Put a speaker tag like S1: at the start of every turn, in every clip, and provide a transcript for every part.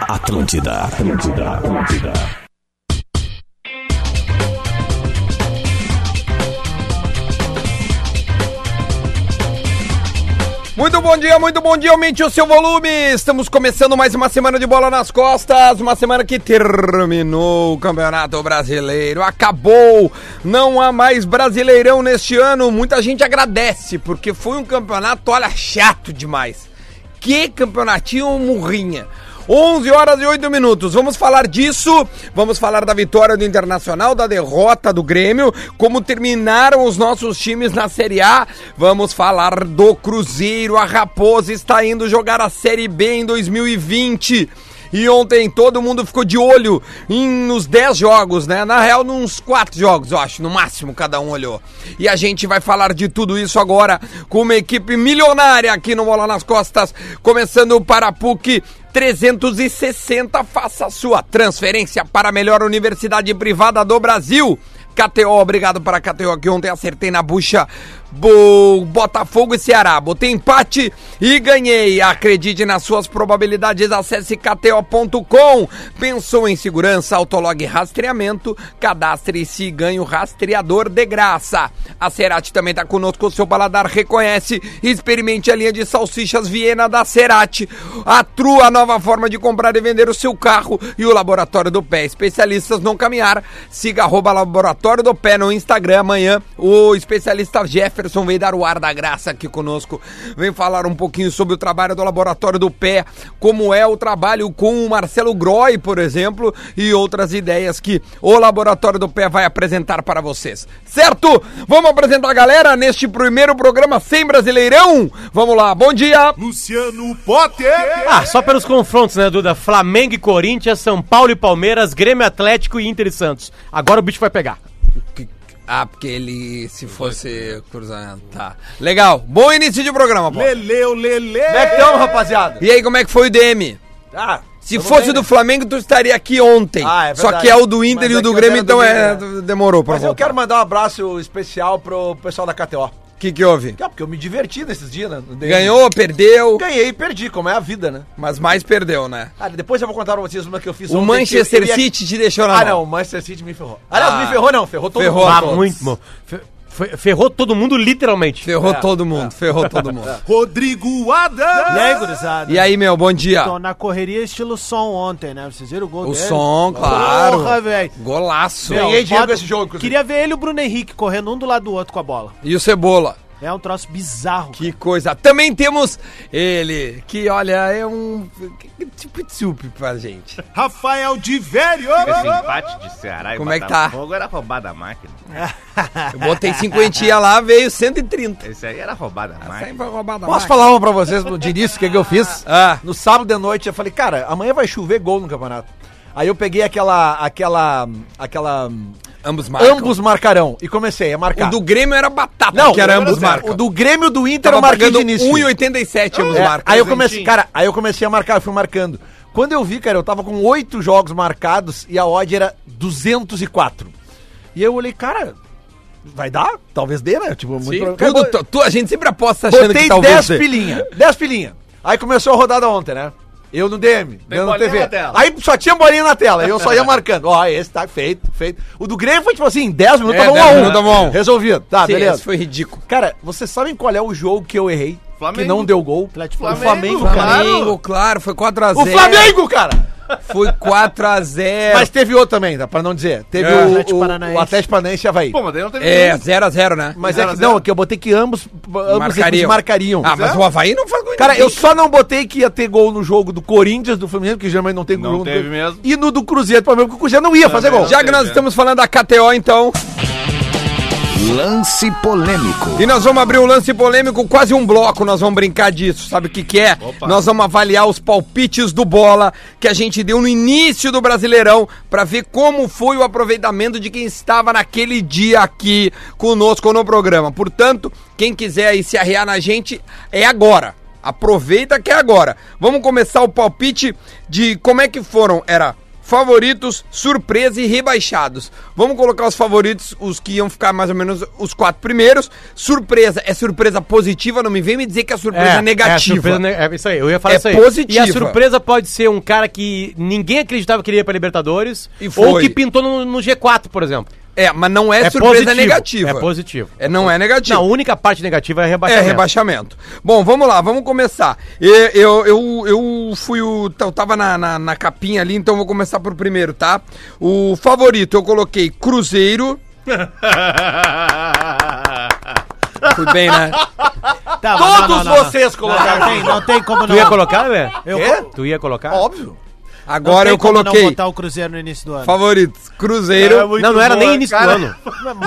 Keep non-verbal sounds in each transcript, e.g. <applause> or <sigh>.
S1: Atlântida, Atlântida, Atlântida.
S2: Muito bom dia, muito bom dia, aumente o seu volume! Estamos começando mais uma semana de bola nas costas, uma semana que terminou o Campeonato Brasileiro, acabou! Não há mais Brasileirão neste ano, muita gente agradece, porque foi um campeonato, olha, chato demais. Que campeonatinho murrinha! 11 horas e 8 minutos. Vamos falar disso. Vamos falar da vitória do Internacional, da derrota do Grêmio, como terminaram os nossos times na Série A. Vamos falar do Cruzeiro. A Raposa está indo jogar a Série B em 2020. E ontem todo mundo ficou de olho em, nos 10 jogos, né? Na real, nos 4 jogos, eu acho, no máximo cada um olhou. E a gente vai falar de tudo isso agora com uma equipe milionária aqui no Bola nas Costas, começando para a PUC 360. Faça sua transferência para a melhor universidade privada do Brasil. KTO, obrigado para a KTO que ontem acertei na bucha Bo... Botafogo e Ceará. Botei empate e ganhei. Acredite nas suas probabilidades. Acesse kto.com. Pensou em segurança, autolog rastreamento, cadastre-se e ganhe o rastreador de graça. A Cerati também está conosco, o seu paladar reconhece. Experimente a linha de salsichas Viena da Cerati. A Tru, a nova forma de comprar e vender o seu carro e o Laboratório do Pé. Especialistas no caminhar. Siga arroba Laboratório do Pé no Instagram. Amanhã o especialista Jeff Jefferson veio dar o ar da graça aqui conosco. Vem falar um pouquinho sobre o trabalho do Laboratório do Pé, como é o trabalho com o Marcelo Groy, por exemplo, e outras ideias que o Laboratório do Pé vai apresentar para vocês. Certo? Vamos apresentar a galera neste primeiro programa sem Brasileirão? Vamos lá, bom dia!
S3: Luciano Potter!
S4: Ah, só pelos confrontos, né, Duda? Flamengo e Corinthians, São Paulo e Palmeiras, Grêmio Atlético e Inter e Santos. Agora o bicho vai pegar.
S2: Ah, porque ele, se fosse cruzamento. Tá. Legal. Bom início de programa, pô.
S3: Leleu, Lele!
S4: Como é que tamo, rapaziada?
S2: E aí, como é que foi o DM?
S4: Ah,
S2: Se
S4: tamo
S2: fosse
S4: bem,
S2: do
S4: né?
S2: Flamengo, tu estaria aqui ontem.
S4: Ah, é
S2: Só
S4: verdade.
S2: que é o do Inter
S4: Mas
S2: e o
S4: é
S2: do
S4: que eu
S2: Grêmio,
S4: quero
S2: então
S4: do
S2: é,
S4: Grêmio,
S2: demorou pra
S4: Mas eu
S2: voltar.
S4: quero mandar um abraço especial pro pessoal da KTO.
S2: O que que houve?
S4: Ah, porque eu me diverti nesses dias, né? Dei-
S2: Ganhou, perdeu,
S4: Ganhei e perdi, como é a vida, né?
S2: mas mais perdeu, né?
S4: Ah, depois eu vou contar pra vocês uma que eu fiz
S2: O
S4: ontem,
S2: Manchester
S4: que eu queria-
S2: City te deixou na
S4: Ah,
S2: mão.
S4: não, o Manchester City me ferrou. Aliás,
S2: Ah.
S4: me ferrou não, ferrou todo
S2: Ferrou
S4: mundo.
S2: a
S5: Ah,
S2: todos.
S5: muito, bom. Fe- fe- Ferrou todo mundo, literalmente.
S2: Ferrou
S4: É,
S2: todo mundo, ferrou todo
S4: <laughs>
S2: mundo.
S3: Rodrigo Adams!
S6: E aí, gurizada?
S2: E aí, meu, bom dia.
S6: Tô na correria estilo som ontem, né? Vocês viram o gol
S2: O
S6: dele?
S2: som, claro.
S6: Porra, velho.
S2: Golaço.
S4: Ganhei
S6: Meu,
S4: dinheiro
S6: foda-
S4: com esse jogo, inclusive.
S6: Queria ver ele e o Bruno Henrique correndo um do lado do outro com a bola.
S2: E o Cebola.
S6: É um troço bizarro.
S2: Que coisa. Também temos ele, que olha, é um tipo de sup pra gente.
S3: Rafael de Velho!
S7: Esse empate de Ceará e
S2: Como é que tá?
S7: Botafogo era roubada a máquina.
S2: Eu botei cinquentinha lá, veio 130.
S7: Esse aí era roubada a
S2: Tá
S7: máquina.
S2: Sempre roubada
S4: Posso falar uma pra vocês no- de início, o que, que eu fiz?
S2: Ah.
S4: No sábado de noite, eu falei, cara, amanhã vai chover gol no campeonato. Aí eu peguei aquela, aquela, aquela...
S2: Ambos marcam.
S4: Ambos marcarão. E comecei a marcar.
S2: O do Grêmio era batata,
S4: Não,
S2: que era
S4: o-
S2: ambos marcam.
S4: O do Grêmio do Inter
S2: Tava um
S4: eu marquei
S2: pagando
S4: de início.
S2: 1,87 ambos né?
S4: É,
S2: marcam.
S4: aí eu comecei, cara, aí eu comecei a marcar, eu fui marcando. Quando eu vi, cara, eu tava com oito jogos marcados e a odd era 204. E eu olhei, cara, vai dar? Talvez dê, né? Tipo, muito
S2: Sim,
S4: pro-
S2: tudo,
S4: Cara,
S2: tu- tu- a gente sempre aposta achando
S4: Botei
S2: que tá talvez
S4: 10
S2: dê.
S4: pilinha, 10 pilinha. Aí começou a rodada ontem, né? Eu no DM, eu na
S7: bolinha
S4: TV.
S7: na tela.
S4: Aí só tinha bolinha na tela, eu só ia marcando. Ó, esse tá feito, feito. O do Grêmio foi tipo assim, 10 minutos,
S2: É,
S4: tava 1
S2: 10
S4: a 1.
S2: minutos, tava um a um.
S4: Resolvido, tá,
S2: Sim,
S4: beleza.
S2: esse foi ridículo.
S4: Cara, vocês sabem qual é o jogo que eu errei?
S7: Flamengo.
S4: Que não deu gol.
S6: Atlético
S4: o
S6: Flamengo.
S4: Flamengo, cara.
S2: Flamengo, claro, foi 4x0.
S4: O Flamengo, cara!
S2: Foi 4x0.
S4: Mas teve outro também, tá? Pra não dizer. Teve
S2: É.
S4: o,
S6: Atlético
S4: o-
S6: Paranaense.
S4: o Atlético Paranaense e Havaí.
S7: Pô, mas daí não teve
S2: É,
S7: nenhum.
S2: 0x0, né?
S4: Mas
S7: zero
S4: é
S7: a
S4: que
S7: zero.
S4: não, é que eu botei que ambos, ambos equipes
S2: marcariam.
S4: marcariam.
S2: Ah, mas o Havaí não faz gol em
S4: Cara,
S2: ninguém.
S4: eu só não botei que ia ter gol no jogo do Corinthians, do Fluminense, que geralmente não tem
S7: Não
S4: gol. no-
S7: teve mesmo.
S4: E no do Cruzeiro, pelo menos, porque o Cruzeiro não ia fazer gol.
S2: Já que nós estamos falando da KTO, então,
S1: Lance polêmico.
S2: e nós vamos abrir um lance polêmico, quase um bloco, nós vamos brincar disso, sabe o que que é?
S7: Opa.
S2: Nós vamos avaliar os palpites do bola que a gente deu no início do Brasileirão pra ver como foi o aproveitamento de quem estava naquele dia aqui conosco no programa. Portanto, quem quiser aí se arrear na gente, é agora. Aproveita que é agora. Vamos começar o palpite de como é que foram, era favoritos, surpresa e rebaixados. Vamos colocar os favoritos, os que iam ficar mais ou menos os quatro primeiros. Surpresa é surpresa positiva, não me vem me dizer que a surpresa é,
S5: É,
S2: negativa.
S5: surpresa ne- é isso aí, eu ia falar
S2: É
S5: isso aí.
S2: positiva.
S5: E a surpresa pode ser um cara que ninguém acreditava que ele ia pra Libertadores,
S2: E
S5: ou
S2: foi.
S5: que pintou no, no G4, por exemplo.
S2: É, mas não é,
S5: É
S2: surpresa
S5: positivo,
S2: negativa.
S5: é positivo.
S2: É, não é negativo.
S5: Não, um a única parte negativa é
S2: É,
S5: rebaixamento.
S2: rebaixamento. Bom, vamos lá, vamos começar. E- Eu, eu, eu fui o. Eu tava na, na, na capinha ali, então vou começar por primeiro, tá? O favorito eu coloquei Cruzeiro. Fui bem, né?
S6: Tá, mas
S4: Todos
S6: não, não, não, não.
S4: vocês colocaram.
S6: Não, não tem, não tem como
S5: Tu
S6: não.
S5: ia colocar, velho?
S6: Eu
S5: Quê?
S6: co-
S5: Tu ia colocar?
S4: Óbvio.
S6: não
S2: Agora
S6: tem
S2: eu
S6: como Não
S2: coloquei.
S6: botar o Cruzeiro no início do ano.
S2: Favoritos, Cruzeiro.
S3: É muito
S5: não, não era
S3: boa,
S5: nem início
S3: cara.
S5: do ano.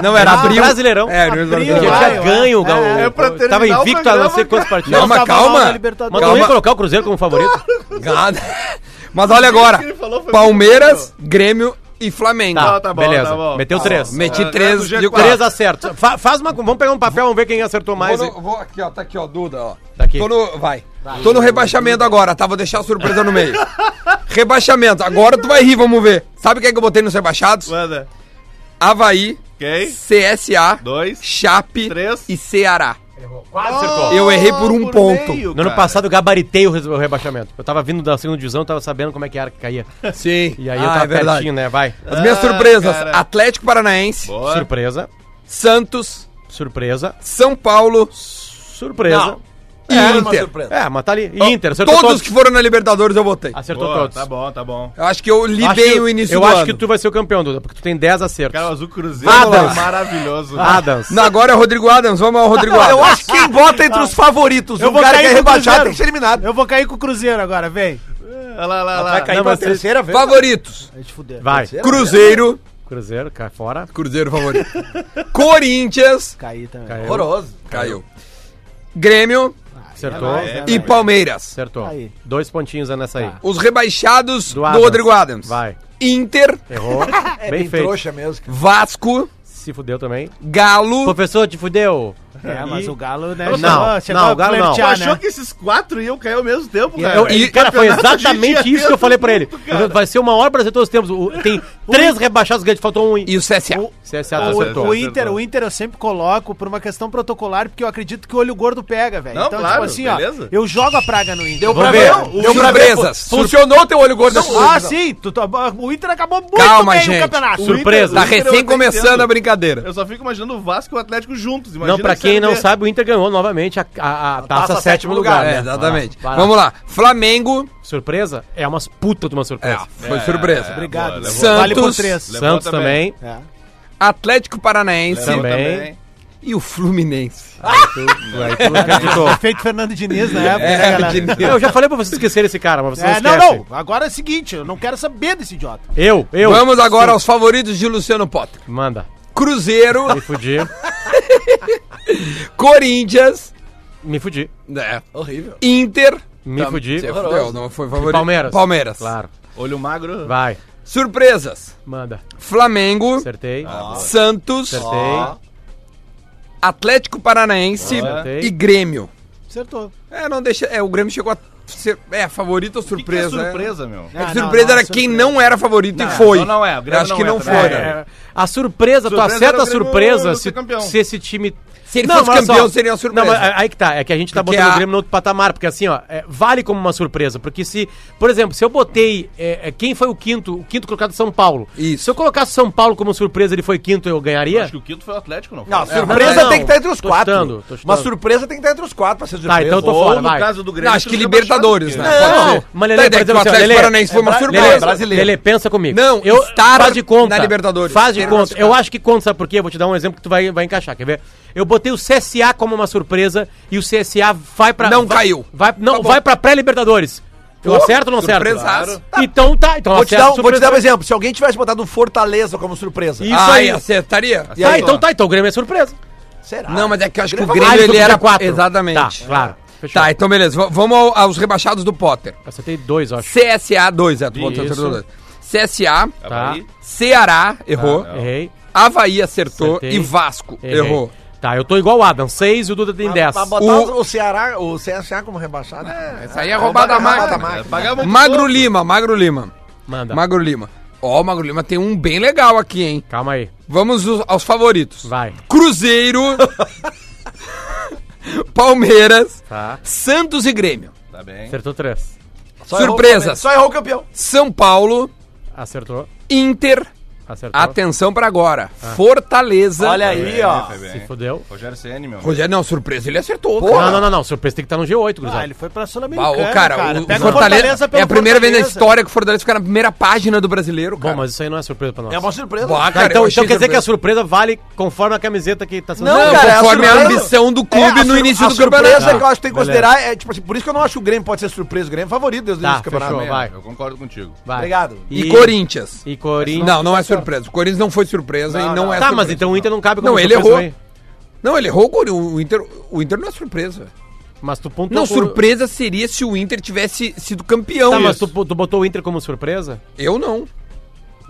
S2: não, era
S5: Ah,
S2: abril.
S5: Brasileirão.
S2: É, abril,
S6: Abril,
S5: Porque
S2: brasileirão.
S6: vai.
S5: já ganha o
S6: é,
S5: Gaúcho.
S6: é
S3: pra terminar
S5: Tava
S3: o
S5: invicto há não sei
S3: programa,
S5: quantas partidas.
S2: Não, mas
S6: né? Tava mal
S2: calma.
S6: na Libertadores. tá
S5: Mas não ia
S2: calma.
S5: colocar o Cruzeiro como favorito?
S2: Nada. <laughs> Mas olha agora:
S3: que ele falou foi
S2: Palmeiras, Grêmio e Flamengo.
S5: Tá,
S3: tá bom,
S5: beleza.
S3: tá bom.
S5: Meteu
S3: Tá
S5: três.
S2: Meti
S3: Ah,
S2: três
S3: do G
S2: de
S3: quatro.
S2: quatro.
S5: Três acertos. Fa- faz uma, vamos pegar um papel, vamos ver quem acertou mais.
S2: Vou,
S5: hein?
S2: no- vou aqui, ó, tá aqui, ó, Duda, ó.
S5: Tá aqui.
S2: Tô no, vai. Tô no rebaixamento agora, tá? Vou deixar a surpresa no
S5: <laughs>
S2: meio. rebaixamento, agora tu vai rir, vamos ver. Sabe quem é que eu botei nos rebaixados?
S3: <laughs> Manda.
S2: Havaí,
S3: Ok?
S2: CSA,
S3: Dois.
S2: Chape
S3: Três.
S2: e Ceará.
S5: Quase acertou.
S2: Eu errei por um ponto.
S5: No ano passado eu gabaritei o res- o rebaixamento. Eu tava vindo da segunda divisão, eu tava sabendo como é que era que caía.
S2: Sim. Ah, é
S5: E
S2: <laughs>
S5: aí eu tava pertinho, né? Vai.
S2: As minhas
S3: Ah,
S2: surpresas,
S3: cara.
S2: Atlético Paranaense,
S3: Boa.
S5: Surpresa,
S2: Santos,
S5: surpresa,
S2: São Paulo
S5: surpresa.
S2: e
S4: Era uma
S2: Inter.
S4: surpresa.
S5: É, mas tá ali. E Inter, acertou
S2: Todos,
S5: todos.
S2: que foram na Libertadores eu botei.
S5: Acertou
S3: Boa,
S5: todos.
S3: tá bom, tá bom.
S2: Eu acho que eu li
S5: Acho
S2: bem
S5: que-
S2: o início
S5: Eu
S2: do
S5: acho
S2: ano.
S5: que tu vai ser o campeão, Duda, porque tu tem 10 acertos. <laughs>
S3: Cara, o Azul Cruzeiro
S2: Adams.
S3: é maravilhoso.
S5: Adams.
S2: Não, agora é o Rodrigo Adams, vamos ao Rodrigo Adams.
S4: Eu acho que quem bota entre os favoritos,
S6: Eu
S4: um
S6: vou
S4: cara que
S6: cair
S4: é
S6: com o
S4: rebaixado
S6: Cruzeiro.
S4: tem que ser eliminado.
S6: Eu vou cair com o Cruzeiro agora, vem.
S3: Olha lá, lá, lá.
S5: Não, mas
S4: terceira vez.
S2: Favoritos,
S6: A gente fuder.
S5: Vai.
S2: Cruzeiro.
S5: Cruzeiro, cai fora.
S2: Cruzeiro favorito. <laughs> Corinthians.
S6: Cair também.
S5: Caiu.
S4: Horroroso.
S2: Caiu. Grêmio
S5: Acertou.
S3: É,
S2: e Palmeiras.
S5: Acertou.
S6: Aí.
S5: Dois pontinhos é nessa aí.
S2: Os rebaixados do,
S5: Do Adams.
S2: Rodrigo Adams.
S5: Vai.
S2: Inter,
S5: Errou.
S4: É
S5: bem, feito.
S4: trouxa mesmo.
S2: Vasco,
S5: Se fudeu também.
S2: Galo.
S5: Professor, te fudeu.
S6: É, mas o Galo, né?
S5: Não, não, o Galo não.
S3: Tu
S6: flertear,
S3: achou
S6: né?
S3: que esses quatro iam cair ao mesmo tempo, cara?
S5: Eu-
S2: E
S5: e, cara, foi
S3: campeonato de
S5: exatamente
S3: dia
S5: isso que eu
S3: dentro
S5: falei
S3: do
S5: pra ele.
S3: mundo, cara.
S5: Vai ser uma hora pra todos os tempos. O-
S6: <laughs>
S5: tem três rebaixados grandes, faltou um.
S2: E o CSA.
S5: CSA
S6: O-
S5: acertou.
S6: O, Inter, o Inter eu sempre coloco por uma questão protocolar, porque eu acredito que o olho gordo pega, velho.
S3: Não,
S6: Então,
S3: claro,
S6: tipo assim, ó,
S3: beleza.
S6: eu jogo a praga no Inter.
S4: Deu
S5: Vamos
S4: pra
S5: ver.
S4: ver.
S2: Não,
S4: Deu pra ver.
S2: surpresas. Tá
S4: Fu- Funcionou o teu olho gordo.
S5: assim.
S6: Não, ah, sim, tu- tu- o Inter acabou muito
S2: Calma,
S6: bem
S2: gente.
S6: no campeonato.
S3: O Inter-
S5: surpresa.
S2: Tá
S3: o Inter eu
S2: recém
S3: até
S2: começando
S3: entendo.
S2: a brincadeira.
S3: Eu só fico imaginando o Vasco e o Atlético juntos.
S5: Não,
S3: Imagina
S5: pra
S3: que
S5: quem
S3: Série
S5: não
S3: B.
S5: sabe, o Inter ganhou novamente a, a- a taça,
S4: taça
S5: sétimo
S4: sétimo
S5: lugar.
S4: lugar,
S5: né?
S2: É, exatamente.
S5: Vai lá, vai lá.
S2: Vamos lá. Flamengo.
S5: Surpresa? É umas puta de uma
S2: É,
S5: surpresa.
S2: foi surpresa.
S4: É,
S6: Obrigado.
S3: boa,
S2: levou.
S6: Vale por
S2: Santos.
S6: três.
S3: Levou
S5: Santos também.
S6: É.
S2: Atlético Paranaense.
S5: Levou. também.
S2: E o Fluminense.
S5: Aí tu, aí tu
S4: É,
S5: acreditou.
S6: Feito Fernando Diniz na época, né,
S2: É,
S6: galera?
S2: de
S5: É, eu já falei pra vocês esquecerem esse cara, mas vocês
S6: É,
S5: não
S6: não,
S5: esquecem.
S6: não. Agora é o seguinte, eu não quero saber desse idiota.
S5: Eu, eu.
S2: Vamos agora aos favoritos de Luciano Potter.
S5: Manda. <laughs>
S2: Cruzeiro,
S5: Me fudi.
S2: Corinthians,
S5: Me fudi.
S2: é,
S4: Horrível.
S2: Inter.
S5: Me
S2: Tá,
S5: fudi.
S2: você fudeu, não foi favorito.
S5: Palmeiras.
S2: Palmeiras.
S5: Claro.
S3: Olho magro.
S5: Vai.
S2: Surpresas.
S5: Manda.
S2: Flamengo,
S5: Acertei.
S2: Ah, Santos,
S5: Acertei.
S2: Atlético Paranaense
S5: Acertei.
S2: e Grêmio.
S6: Acertou.
S2: É, não deixa. É, o Grêmio chegou a ser. É, favorito ou
S3: O que que é
S2: surpresa? é?
S3: surpresa, meu.
S2: É que
S6: Ah,
S2: surpresa
S6: não,
S2: era
S6: não,
S2: quem
S6: surpresa.
S2: não era favorito
S3: Não,
S2: e foi.
S3: não é, o
S2: Eu
S3: Grêmio
S2: acho que
S3: não
S2: não
S3: é
S2: foi.
S3: também.
S2: né?
S5: É, a surpresa, tu
S3: Surpresa
S5: acerta
S3: era
S5: a
S3: o Grêmio
S5: surpresa
S3: ser
S5: se,
S3: campeão.
S5: se esse time.
S2: Se ele
S5: Não,
S2: fosse
S5: mas olha
S2: campeão,
S5: só.
S2: seria uma surpresa.
S5: Não, mas aí que tá. É que a gente tá
S2: Porque
S5: botando
S2: a-
S5: o Grêmio no outro patamar, porque assim, ó, é, vale como uma surpresa. Porque se, por exemplo, se eu botei. é, é, quem foi o quinto? O quinto colocado São Paulo.
S2: Isso.
S5: Se eu colocasse São Paulo como surpresa, ele foi quinto, eu ganharia?
S3: Acho que o quinto foi o Atlético, não foi?
S4: Não,
S3: É,
S4: surpresa
S5: não, não.
S4: tem que estar entre os
S5: Tô
S4: quatro.
S5: chutando, tô chutando.
S4: Uma surpresa tem que estar entre os quatro pra ser surpresa.
S5: então eu tô
S4: Ou-
S5: fora,
S3: Ou no
S5: vai.
S3: caso do
S2: Não,
S3: Grêmio... é
S2: acho que
S3: entre os
S2: Libertadores, né?
S3: rebaixados.
S2: Pode
S5: Não,
S2: ser.
S5: mas
S2: Tá,
S5: Lelê,
S2: e daí
S5: por
S2: tu
S5: exemplo,
S2: fala,
S5: assim, ó,
S2: Atlético
S5: Lelê,
S2: Paranaense foi uma
S4: Bra-
S2: surpresa.
S5: Lelê,
S4: brasileiro.
S5: Lelê, pensa comigo.
S2: Não,
S5: eu
S2: estar
S5: faz de conta.
S2: na Libertadores.
S5: Faz de
S2: Ter
S5: conta.
S2: classificado.
S5: Eu acho que conta, sabe por quê? Eu Vou te dar um exemplo que tu vai, vai encaixar, quer ver? Eu botei o CSA como uma surpresa e o CSA vai pra.
S2: Não
S5: vai-
S2: caiu.
S5: Vai, não,
S2: Tá bom.
S5: vai pra pré-Libertadores.
S2: Pô,
S5: Eu acerto ou não acerto?
S2: surpresaço.
S5: Então tá, então
S4: Vou te,
S5: acerto,
S4: dar, um- vou te dar um
S5: surpresa.
S4: exemplo. Se alguém tivesse botado o Fortaleza como surpresa.
S5: E-
S2: Isso
S5: Isso
S2: aí,
S5: aí.
S2: acertaria?
S4: E
S5: Tá,
S4: aí?
S5: então tá, então o Grêmio é surpresa.
S4: Será?
S2: Não, mas é que eu acho que o
S5: Ah,
S2: Grêmio
S5: ele
S2: ele
S5: foi
S2: era
S5: pro quatro.
S2: Exatamente.
S5: Tá, claro. Fechou.
S2: Tá, então beleza. V- vamos ao- aos rebaixados do Potter.
S5: Acertei dois, eu acho.
S2: CSA 2, é, tu botou
S5: Isso.
S2: acertou dois. CSA,
S5: Tá.
S3: Havaí.
S2: Ceará errou,
S5: Errei.
S2: Havaí acertou
S5: Ah, Acertei.
S2: e Vasco
S5: errei.
S2: errou.
S5: Tá, eu tô igual o Adam, seis e o Duda tem
S4: Pra-
S5: dez.
S4: pra botar
S2: O-
S4: o... Ceará, o CSA como rebaixado. É,
S2: Isso aí é roubada a
S4: roubada
S2: máquina.
S4: máquina.
S3: É, Pagava muito
S2: Magro
S3: pouco.
S2: Lima, Magro Lima.
S5: Manda.
S2: Magro Lima. Ó, o Magro Lima tem um bem legal aqui, hein?
S5: Calma aí.
S2: Vamos os- aos favoritos.
S5: Vai.
S2: Cruzeiro, <laughs> Palmeiras,
S5: Tá.
S2: Santos e Grêmio.
S3: Tá bem.
S5: Acertou três.
S2: Surpresas.
S4: Só errou o campeão.
S2: São Paulo,
S5: Acertou.
S2: Inter.
S5: Acertou.
S2: Atenção pra agora.
S5: Ah.
S2: Fortaleza.
S4: Olha aí, ó.
S3: Foi bem.
S5: Se fodeu.
S3: Rogério CN, meu.
S2: Rogério, não, surpresa, ele acertou.
S5: Não,
S2: cara.
S5: não, não, não. Surpresa tem que estar no G8,
S6: Ah,
S5: Cruzado.
S6: ele foi pra
S2: Ah,
S6: Sul-Americana,
S2: o cara, o,
S6: Pega
S2: o
S6: o
S2: Fortaleza,
S6: pelo
S2: é a primeira vez na
S6: Fortaleza.
S2: história que o Fortaleza fica na primeira página do brasileiro, cara.
S5: Bom, mas isso aí não é surpresa pra nós.
S4: É uma surpresa.
S2: Bah, cara,
S5: Tá, então,
S2: eu
S5: então
S2: achei
S5: quer dizer que a
S2: surpresa.
S5: surpresa vale conforme a camiseta que tá sendo
S4: Não,
S2: Não,
S4: cara, é a
S2: conforme a,
S4: surpresa.
S2: ambição do clube
S4: É, a
S2: no
S4: sur-
S2: início
S4: a
S2: do
S4: surpresa
S2: campeonato.
S4: que eu acho que tem que
S5: Beleza.
S4: considerar é, tipo assim, por isso que eu não acho que o Grêmio pode ser surpresa. O Grêmio é favorito desde o
S5: Tá,
S4: início do campeonato.
S5: fechou, vai.
S3: Eu concordo contigo.
S5: Vai.
S4: Obrigado.
S2: E Corinthians.
S5: E Corinthians.
S2: Não, não é surpresa. O Corinthians não foi surpresa e não é
S5: Tá,
S2: surpresa.
S5: mas então o Inter não cabe
S2: Não, ele
S5: surpresa
S2: errou. Não, ele errou o Cori- o Inter. O Inter não é surpresa.
S5: Mas tu pontuou...
S2: Não,
S5: com-
S2: surpresa seria se o Inter tivesse sido campeão.
S5: Tá, mas tu,
S2: Isso.
S5: tu botou o Inter como surpresa?
S2: Eu não.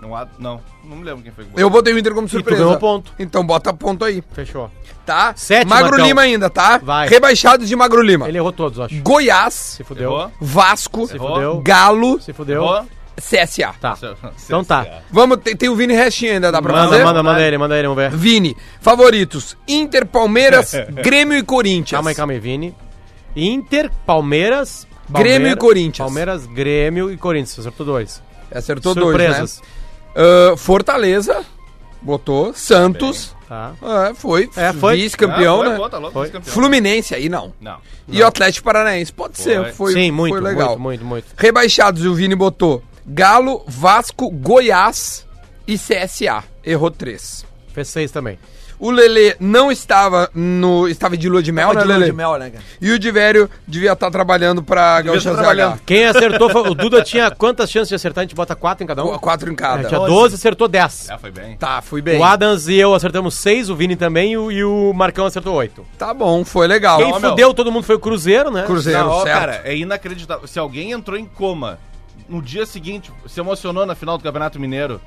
S3: Não, há- não, não me lembro quem foi que botou.
S2: Eu botei o Inter como surpresa.
S5: ganhou ponto.
S2: Então bota ponto aí,
S5: Fechou.
S2: tá?
S5: Sete,
S2: Magro
S5: Marcão.
S2: Lima ainda, tá?
S5: Vai.
S2: Rebaixados de Magro Lima.
S5: Ele errou todos, eu acho.
S2: Goiás,
S5: Se fudeu.
S3: Errou.
S2: Vasco,
S5: Se fudeu.
S2: Galo,
S5: Se fudeu.
S3: Ó,
S2: CSA.
S5: Tá. Então tá.
S2: Vamos, tem, tem o Vini Restinho ainda, dá pra
S5: Manda,
S2: fazer?
S5: manda, manda ele, manda ele, vamos ver.
S2: Vini, favoritos, Inter,
S5: <laughs>
S2: Palmeiras, Grêmio e Corinthians.
S5: Calma aí, calma aí, Vini. Inter, Palmeiras...
S2: Grêmio
S5: Palmeiras-
S2: e Corinthians.
S5: Palmeiras, Grêmio e Corinthians. Acertou dois.
S2: Acertou dois,
S5: Surpresas.
S2: né? Ah, Fortaleza, botou, Santos,
S5: Tá.
S2: ah, foi,
S5: É, foi.
S2: vice-campeão,
S3: foi,
S2: né?
S3: boa, tá louco,
S5: Foi.
S3: campeão.
S2: Fluminense aí não.
S3: Não.
S2: E o Atlético Paranaense, pode ser, foi,
S5: Sim, muito,
S2: foi legal.
S5: muito, muito, muito.
S2: Rebaixados, o Vini botou Galo, Vasco, Goiás e CSA. Errou três.
S5: Fez seis também.
S2: O Lele não estava no. Estava de lua de mel,
S4: Tava
S2: né,
S4: de lua
S2: Lele?
S4: de mel, né, cara?
S2: E o Divério devia estar trabalhando pra Gaúcha
S3: estar trabalhando.
S2: ZH.
S5: Quem acertou foi... O Duda tinha quantas chances de acertar? A gente bota quatro em cada um?
S2: Qu- Então, Quatro em cada.
S5: Tinha 12, acertou 10.
S3: Ah, foi bem.
S2: Tá, fui bem.
S5: O Adams e eu acertamos 6, o Vini também e o, e o Marcão acertou 8.
S2: Tá bom, foi legal.
S5: Quem
S3: meu.
S5: fudeu todo mundo foi o Cruzeiro, né?
S2: Cruzeiro,
S3: Não, ó,
S2: certo.
S3: cara, é inacreditável. Se alguém entrou em coma no dia seguinte, se emocionou na final do Campeonato Mineiro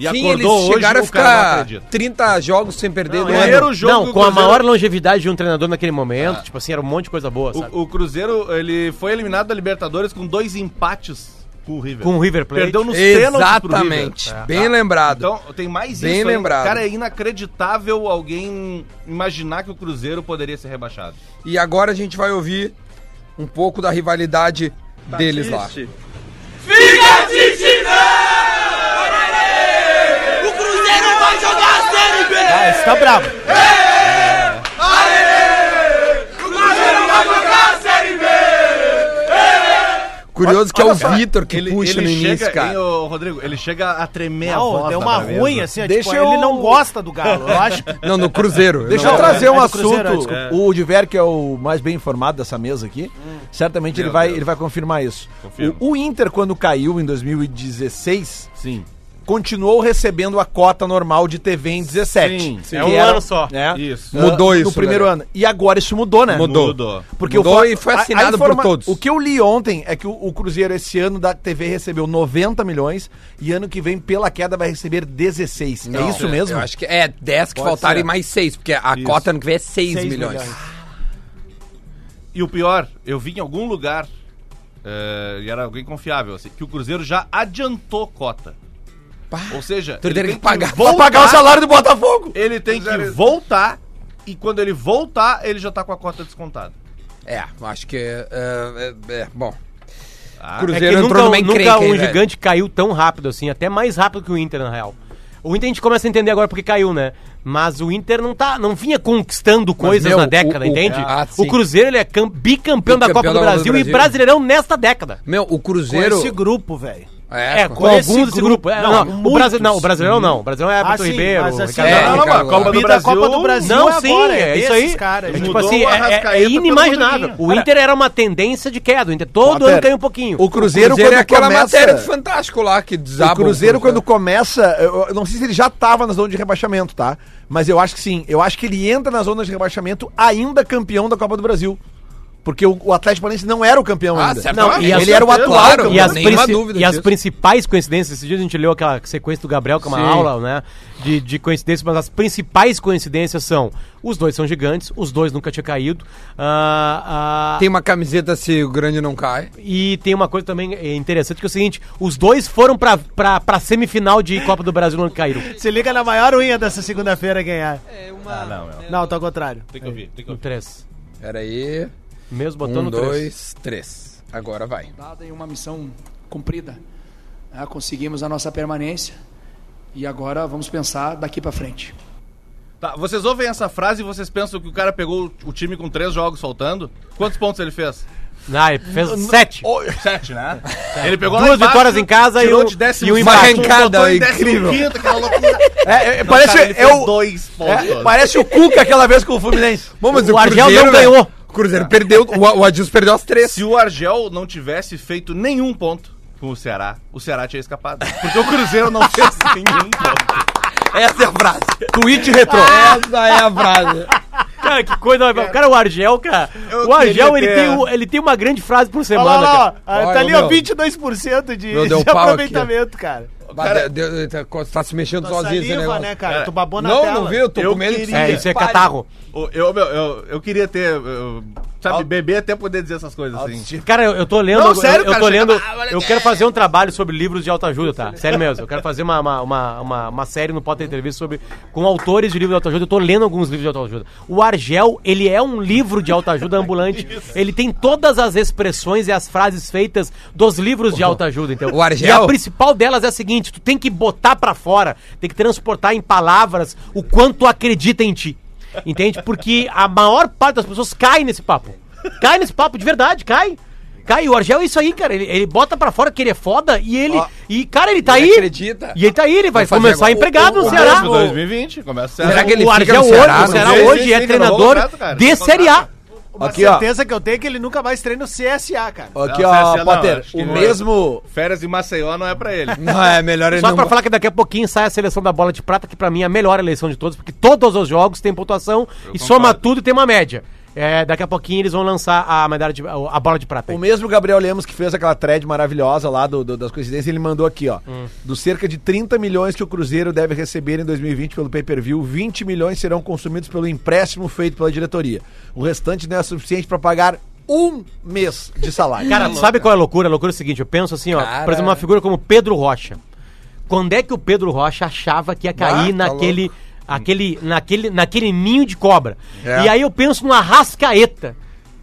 S3: e
S2: Sim,
S3: acordou
S2: eles
S3: hoje,
S2: chegaram
S3: o
S2: a
S3: cara não
S2: ficar
S3: acredita.
S2: 30 jogos sem perder
S3: Não,
S2: no
S3: é.
S2: ano.
S3: Primeiro jogo
S5: não,
S3: do
S5: com a
S3: Cruzeiro-
S5: maior longevidade de um treinador naquele momento,
S2: Ah.
S5: tipo assim, era um monte de coisa boa, sabe?
S3: O, o Cruzeiro, ele foi eliminado da Libertadores com dois empates com o River.
S5: Com o River Plate.
S3: Perdeu nos pênaltis pro River. É,
S2: Exatamente. Bem lembrado.
S3: Então, tem mais
S2: Bem
S3: isso aí.
S2: lembrado.
S3: Cara, é inacreditável alguém imaginar que o Cruzeiro poderia ser rebaixado.
S2: E agora a gente vai ouvir um pouco da rivalidade deles lá.
S5: É,
S6: Ah, esse tá bravo.
S2: Curioso que é o Vitor que puxa no início,
S3: chega, hein,
S2: cara.
S3: ô, Rodrigo, ele chega a tremer a né?
S6: Não,
S3: voz.
S6: deu
S3: da
S6: uma
S3: cabeça.
S6: ruim, assim, ó,
S4: Deixa
S6: tipo,
S4: eu-
S6: ele não gosta do Galo, eu acho.
S2: Não, no Cruzeiro.
S4: Deixa
S2: Não,
S4: eu
S6: Não,
S4: trazer um
S6: é do Cruzeiro,
S4: assunto.
S6: é,
S4: o Diver, que é o mais bem informado dessa mesa aqui, certamente ele vai, ele vai confirmar isso.
S3: Confirma.
S4: O, o Inter, quando caiu em 2016,
S3: Sim.
S4: continuou recebendo a cota normal de TV em 17.
S3: Sim, sim.
S4: que
S5: É um ano só.
S4: né?
S3: Isso.
S4: Ah,
S2: Mudou isso,
S4: No primeiro
S2: né?
S4: ano. E agora isso mudou, né?
S2: Mudou.
S4: Porque
S2: Mudou
S4: o fa-
S2: e foi
S4: a- a
S2: assinado por todos.
S4: O que eu li ontem é que o, o Cruzeiro esse ano da TV recebeu 90 milhões e ano que vem, pela queda, vai receber 16. é isso mesmo?
S2: Eu acho que é 10 que
S4: Pode
S2: faltaram
S4: ser.
S2: e mais 6, porque a cota ano que vem é 6,
S6: Seis
S2: milhões.
S3: E o pior, eu vi em algum lugar, eh, e era alguém confiável, assim, que o Cruzeiro já adiantou cota. Ou seja,
S2: Então ele teria que pagar.
S4: Vou pagar o salário do Botafogo!
S3: Ele tem que voltar, e quando ele voltar, ele já tá com a cota descontada.
S2: É, eu acho que. é, é, é, bom.
S3: Ah,
S2: Cruzeiro
S5: é que
S2: entrou
S5: nunca,
S2: numa encrenca
S5: nunca
S2: aí,
S5: um
S2: velho.
S5: gigante caiu tão rápido assim, até mais rápido que o Inter, na real. O Inter a gente começa a entender agora porque caiu, né? Mas o Inter não tá, não vinha conquistando coisas
S2: meu,
S5: na década,
S2: o- o-
S5: entende?
S2: ah,
S5: o
S2: sim.
S5: Cruzeiro ele é cam- bicampeão da Copa
S2: Bicampeão
S5: do
S2: da Copa do
S5: Brasil, e
S2: Brasil.
S5: Brasileirão nesta década.
S2: Meu, o
S6: Com
S2: Cruzeiro.
S6: esse grupo, velho.
S2: É,
S5: É,
S2: com-
S5: com
S6: esse
S5: alguns grupos.
S6: grupo.
S5: É,
S6: Não,
S5: não, o, Brasi...
S6: muitos.
S5: não, o Brasileirão não. O Brasileirão é
S6: Ah,
S5: Alberto
S6: sim,
S5: Ribeiro,
S6: mas assim,
S5: Ricardo
S2: é,
S5: Gomes.
S2: Ricardo
S3: mas a Copa
S2: Gomes.
S3: do
S6: Vida
S3: Brasil...
S6: Copa do Brasil.
S5: Não,
S6: é
S5: sim,
S6: agora,
S5: é
S6: é
S5: isso aí.
S6: esses caras,
S5: é, tipo
S3: mudou
S5: assim,
S3: o
S5: é- é,
S3: Arrascaeta
S5: é
S3: pelo
S5: inimaginável.
S3: Rodriguinho.
S5: O Inter era uma tendência de queda. O Inter todo
S4: Potter,
S5: ano caiu um pouquinho.
S4: O Cruzeiro,
S2: o Cruzeiro é
S4: quando
S2: aquela
S4: começa-
S2: matéria do Fantástico lá que desaba.
S4: o Cruzeiro, quando começa, eu eu não sei se ele já tava na zona de rebaixamento, tá? Mas eu acho que sim. Eu acho que ele entra na zona de rebaixamento ainda campeão da Copa do Brasil. Porque o, o Atlético Paranaense não era o campeão
S2: Ah,
S4: ainda.
S2: certo.
S5: Não,
S2: Ah,
S5: e
S4: ele era o atual
S2: claro,
S4: campeão.
S5: E as,
S2: nenhuma
S5: princi-
S2: dúvida
S5: e as
S2: disso.
S5: principais coincidências, esses dias a gente leu aquela sequência do Gabriel, que é uma
S2: Sim.
S5: aula, né? De, de coincidências, mas as principais coincidências são: os dois são gigantes, os dois nunca tinham caído. ah, ah,
S2: Tem uma camiseta se o grande não cai.
S5: E tem uma coisa também eh, interessante que é o seguinte: os dois foram pra, pra, pra semifinal de Copa do Brasil e não caíram.
S6: Se liga na maior unha dessa segunda-feira é ganhar.
S7: não, meu.
S6: Não, tô ao contrário.
S3: Tem que ouvir, tem que
S5: No
S3: ouvir.
S5: três.
S2: Peraí.
S5: Mesmo botando
S2: Um,
S5: no três.
S2: dois, três. Agora vai.
S8: dada e uma missão cumprida. né? Conseguimos a nossa permanência e agora vamos pensar daqui para frente.
S3: Tá, vocês ouvem essa frase e vocês pensam que o cara pegou o time com três jogos faltando? Quantos pontos ele fez?
S5: Ah, ele fez sete.
S3: Sete, né? Ele pegou lá
S5: Duas
S3: embaixo,
S5: vitórias em casa e
S3: tirou
S5: um,
S3: de décimo
S5: e um
S2: Uma
S5: empate.
S2: arrancada
S3: botou em décimo
S2: incrível.
S3: quinto, aquela loucura.
S4: É, é,
S3: Não,
S4: parece,
S3: cara, ele
S4: é
S3: fez
S4: o,
S3: dois pontos.
S4: é, parece o Cuca aquela vez com o Fluminense.
S2: Bom, mas
S5: O Argel não
S2: né?
S5: ganhou.
S2: O Cruzeiro perdeu. O, o Adilson perdeu as três.
S3: Se o Argel não tivesse feito nenhum ponto com o Ceará, o Ceará tinha escapado. Porque o Cruzeiro não <laughs> fez nenhum ponto.
S2: Essa é a frase. Tweet retrô.
S6: Ah,
S2: Essa é a frase.
S5: Cara, que coisa. Cara, o Argel, cara.
S3: Eu
S5: o Argel,
S3: queria
S5: ele
S3: ter-
S5: tem, o- ele tem uma grande frase por
S6: Olha
S5: semana.
S6: lá,
S5: cara.
S6: ó, ah,
S2: <laughs> Olha,
S6: tá ali,
S2: meu.
S6: ó, 22% de,
S2: Meu, deu um
S6: de
S2: pau aqui,
S6: aproveitamento, cara.
S2: Cara, Deus, tá, tá se mexendo
S6: Tua
S2: sozinho esse
S6: saliva,
S2: negócio.
S6: né, cara?
S3: Cara,
S6: Tu babou na
S2: Não,
S6: tela.
S2: não vi, eu tô
S3: Eu
S2: com medo
S3: queria-
S5: É,
S2: que
S5: isso é
S2: pare.
S5: catarro.
S3: O- Eu, meu, eu, eu queria ter. eu- sabe, beber até poder dizer essas coisas assim.
S5: Cara, eu, eu tô lendo.
S3: Não,
S5: eu-
S3: sério,
S5: eu,
S3: cara,
S5: tô
S3: chega-
S5: lendo.
S3: Ah, olha-
S5: eu quero fazer um trabalho sobre livros de autoajuda, tá? Sério mesmo. Eu quero fazer uma, uma, uma, uma- uma série no Potter Entrevista sobre. com autores de livros de autoajuda. Eu tô lendo alguns livros de autoajuda. O Argel, ele é um livro de autoajuda
S3: <laughs>
S5: ambulante. ele tem todas as expressões e as frases feitas dos livros de autoajuda, então.
S2: O Argel?
S5: E a principal delas é a seguinte: tu tem que botar pra fora, tem que transportar em palavras o quanto tu acredita em ti. Entende? Porque a maior parte das pessoas cai nesse papo. Cai nesse papo de verdade, cai. Cai, o Argel é isso aí, cara. Ele, ele bota pra fora que ele é foda e ele. E, cara, ele tá
S2: ele
S5: aí.
S2: acredita.
S5: E ele tá aí, ele vai
S2: fazer
S5: começar
S2: agora.
S5: empregado
S2: O-
S5: no
S2: o-
S5: Ceará.
S3: Começa 2020, começa o Ceará.
S2: Será que ele
S5: o
S2: fica
S5: Argel
S2: no
S5: hoje,
S2: Ceará?
S5: o Ceará
S3: Não sei,
S5: hoje
S3: sei,
S5: é
S3: sei,
S5: treinador
S3: renovou o contrato, cara,
S5: de
S3: renovou o
S5: Série A.
S3: contrato.
S6: Uma
S4: Aqui, ó.
S6: certeza que eu tenho é que ele nunca mais treina o CSA, cara.
S4: Aqui,
S3: Não,
S4: ó,
S3: CSA não,
S4: Potter,
S3: acho que
S4: o
S3: não é.
S4: mesmo.
S3: Férias em Maceió não é pra
S2: <laughs>
S3: ele.
S2: Não, é melhor ele
S5: Só
S2: não...
S5: pra falar que daqui a pouquinho sai a seleção da bola de prata, que pra mim é a melhor eleição de todos, porque todos os jogos tem pontuação e soma tudo e tem uma média. É, daqui a pouquinho eles vão lançar a medalha de, a bola de prata. aí.
S4: O mesmo Gabriel Lemos que fez aquela thread maravilhosa lá do, do- das coincidências, ele mandou aqui, ó.
S5: Hum.
S4: Dos cerca de 30 milhões que o Cruzeiro deve receber em 2020 pelo pay-per-view, 20 milhões serão consumidos pelo empréstimo feito pela diretoria. O restante não é suficiente pra pagar um mês de salário.
S5: Cara, tu sabe qual é a loucura? A loucura é o seguinte, eu penso assim, ó,
S2: Cara.
S5: por exemplo, uma figura como Pedro Rocha. Quando é que o Pedro Rocha achava que ia cair
S2: Ah, tá
S5: naquele, aquele, naquele, naquele ninho de cobra?
S2: É.
S5: E aí eu penso numa rascaeta.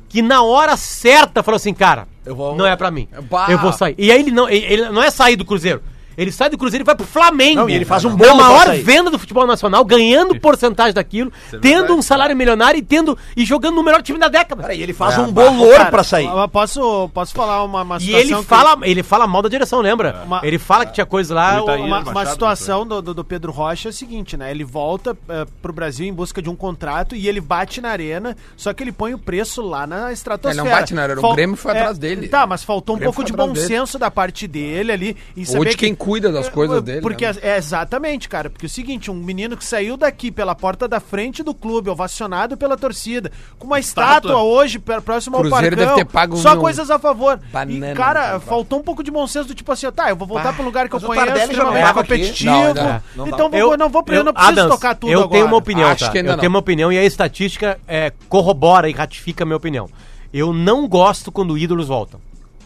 S5: Que na hora certa falou assim, cara,
S4: Eu vou-
S5: não é pra mim.
S2: Bah.
S5: Eu vou sair. E aí ele não, ele- ele não é sair do Cruzeiro. Ele sai do Cruzeiro e vai pro Flamengo.
S4: Não, e ele faz um
S5: É
S4: bolo
S5: a
S4: pra
S5: maior
S4: sair. é
S5: venda do futebol nacional, ganhando porcentagem daquilo, tendo um salário milionário e tendo e jogando no melhor time da década.
S4: Cara, e ele faz um bolor
S6: Cara,
S4: pra sair.
S6: eu Posso, posso falar uma, uma
S5: E ele
S6: situação que-
S5: fala, ele fala mal da direção, lembra?
S6: Uma-
S5: ele fala que tinha coisa lá.
S2: tá
S3: Muita
S5: o-
S3: ira.
S6: Uma,
S3: Machado,
S6: uma
S3: doutor.
S6: situação do, do, do Pedro Rocha é o seguinte, né? Ele volta eh, pro Brasil em busca de um contrato e ele bate na arena, só que ele põe o preço lá na estratosfera.
S2: Ele não bate na arena, o Grêmio foi atrás dele.
S6: Tá, mas faltou um
S2: Grêmio foi
S6: pouco de
S2: atrás
S6: bom
S2: dele.
S6: senso da parte dele ali. Em
S2: Ou de quem cuida das
S6: eh,
S2: coisas
S6: eh,
S2: dele,
S6: Porque
S2: né?
S6: é exatamente, cara. Porque é o seguinte, um menino que saiu daqui pela porta da frente do clube, ovacionado pela torcida, com uma estátua,
S3: Estátua.
S6: hoje per- próximo ao
S2: Cruzeiro
S6: Parcão,
S2: deve ter pago
S6: só
S2: um-
S6: coisas a favor.
S2: Banana,
S6: e, cara,
S2: né?
S6: faltou um pouco de bom senso do tipo assim, ó, tá, eu vou voltar pro lugar que eu
S4: mas o Tardelli
S6: conheço,
S4: já
S6: já
S4: não
S6: não é
S4: tava aqui.
S6: competitivo.
S2: Não, não, não
S6: então
S5: Eu
S6: eu não vou, eu não preciso
S5: Adams,
S6: tocar tudo
S5: Eu
S6: agora.
S5: tenho uma opinião,
S2: Acho
S5: tá?
S2: que ainda
S5: Eu
S2: não.
S5: tenho uma opinião e a estatística é, corrobora e ratifica a minha opinião. Eu não gosto quando ídolos voltam.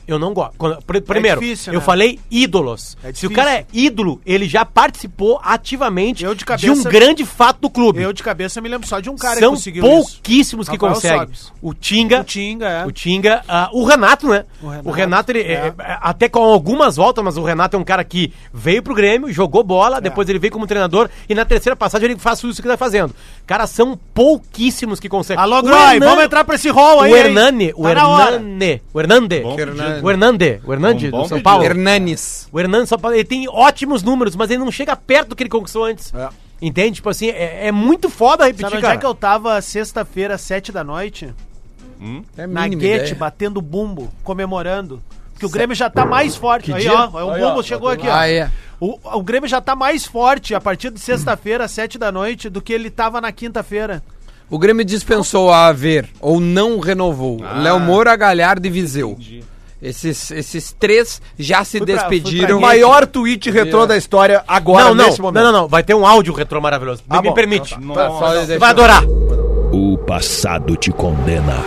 S5: Eu não gosto. Quando- pr- primeiro,
S6: É difícil,
S5: eu
S6: né?
S5: falei ídolos.
S6: É
S5: Se o
S6: difícil.
S5: cara é ídolo, ele já participou ativamente
S6: Eu de
S5: um
S6: cabeça-
S5: grande fato do clube.
S6: Eu de cabeça me lembro só de um cara
S5: São
S6: que conseguiu isso.
S5: pouquíssimos que
S6: Rafael
S5: conseguem.
S6: Sobis.
S5: O Tinga.
S6: O Tinga, é.
S5: O Tinga. ah, o Renato, né? O
S6: O
S5: Renato,
S6: Renato,
S5: ele.
S6: é.
S5: eh, eh, até com algumas voltas, mas o Renato é um cara que veio pro Grêmio, jogou
S6: É.
S5: bola, depois ele veio como treinador e na terceira passagem ele faz isso que tá fazendo. Cara, são pouquíssimos que conseguem.
S6: Alô,
S5: O
S6: Groy,
S5: Hernan-
S6: vamos entrar pra esse rol aí.
S5: O
S6: hein?
S5: Hernani, o
S6: Tá na hora.
S5: Hernani, o Hernande, o
S3: Bom
S5: Hernande, o Hernande
S3: Um bom
S5: do São
S3: pedido.
S5: Paulo.
S2: Hernanes.
S5: O Hernandes São Paulo, ele tem ótimos números, mas ele não chega perto do que ele conquistou antes.
S3: É.
S5: Entende? Tipo assim, é, é muito foda repetir,
S6: Sabe onde
S5: cara.
S6: é que eu tava sexta-feira, sete da noite?
S2: É
S6: Na
S2: mínima
S6: Guete,
S2: ideia.
S6: batendo bumbo, comemorando. Porque o Grêmio já tá mais forte. aí, ó, o bumbo chegou
S5: tá
S6: aqui, ó.
S2: Ah, é.
S6: O, o Grêmio já tá mais forte a partir de sexta-feira, às sete da noite, do que ele tava na quinta-feira.
S2: O Grêmio dispensou a Aver, ou não renovou. Léo Moura, Galhardo e Viseu. Esses, esses três já se
S6: pra- fui pra
S2: despediram.
S4: O maior tweet retrô da história agora,
S5: É. Não, não,
S4: nesse
S5: não,
S4: momento.
S5: não, não. Vai ter um áudio retrô maravilhoso.
S4: Ah,
S5: me,
S4: bom.
S5: me permite. Você
S2: Tá, só deixa-
S5: vai adorar.
S1: O passado te condena.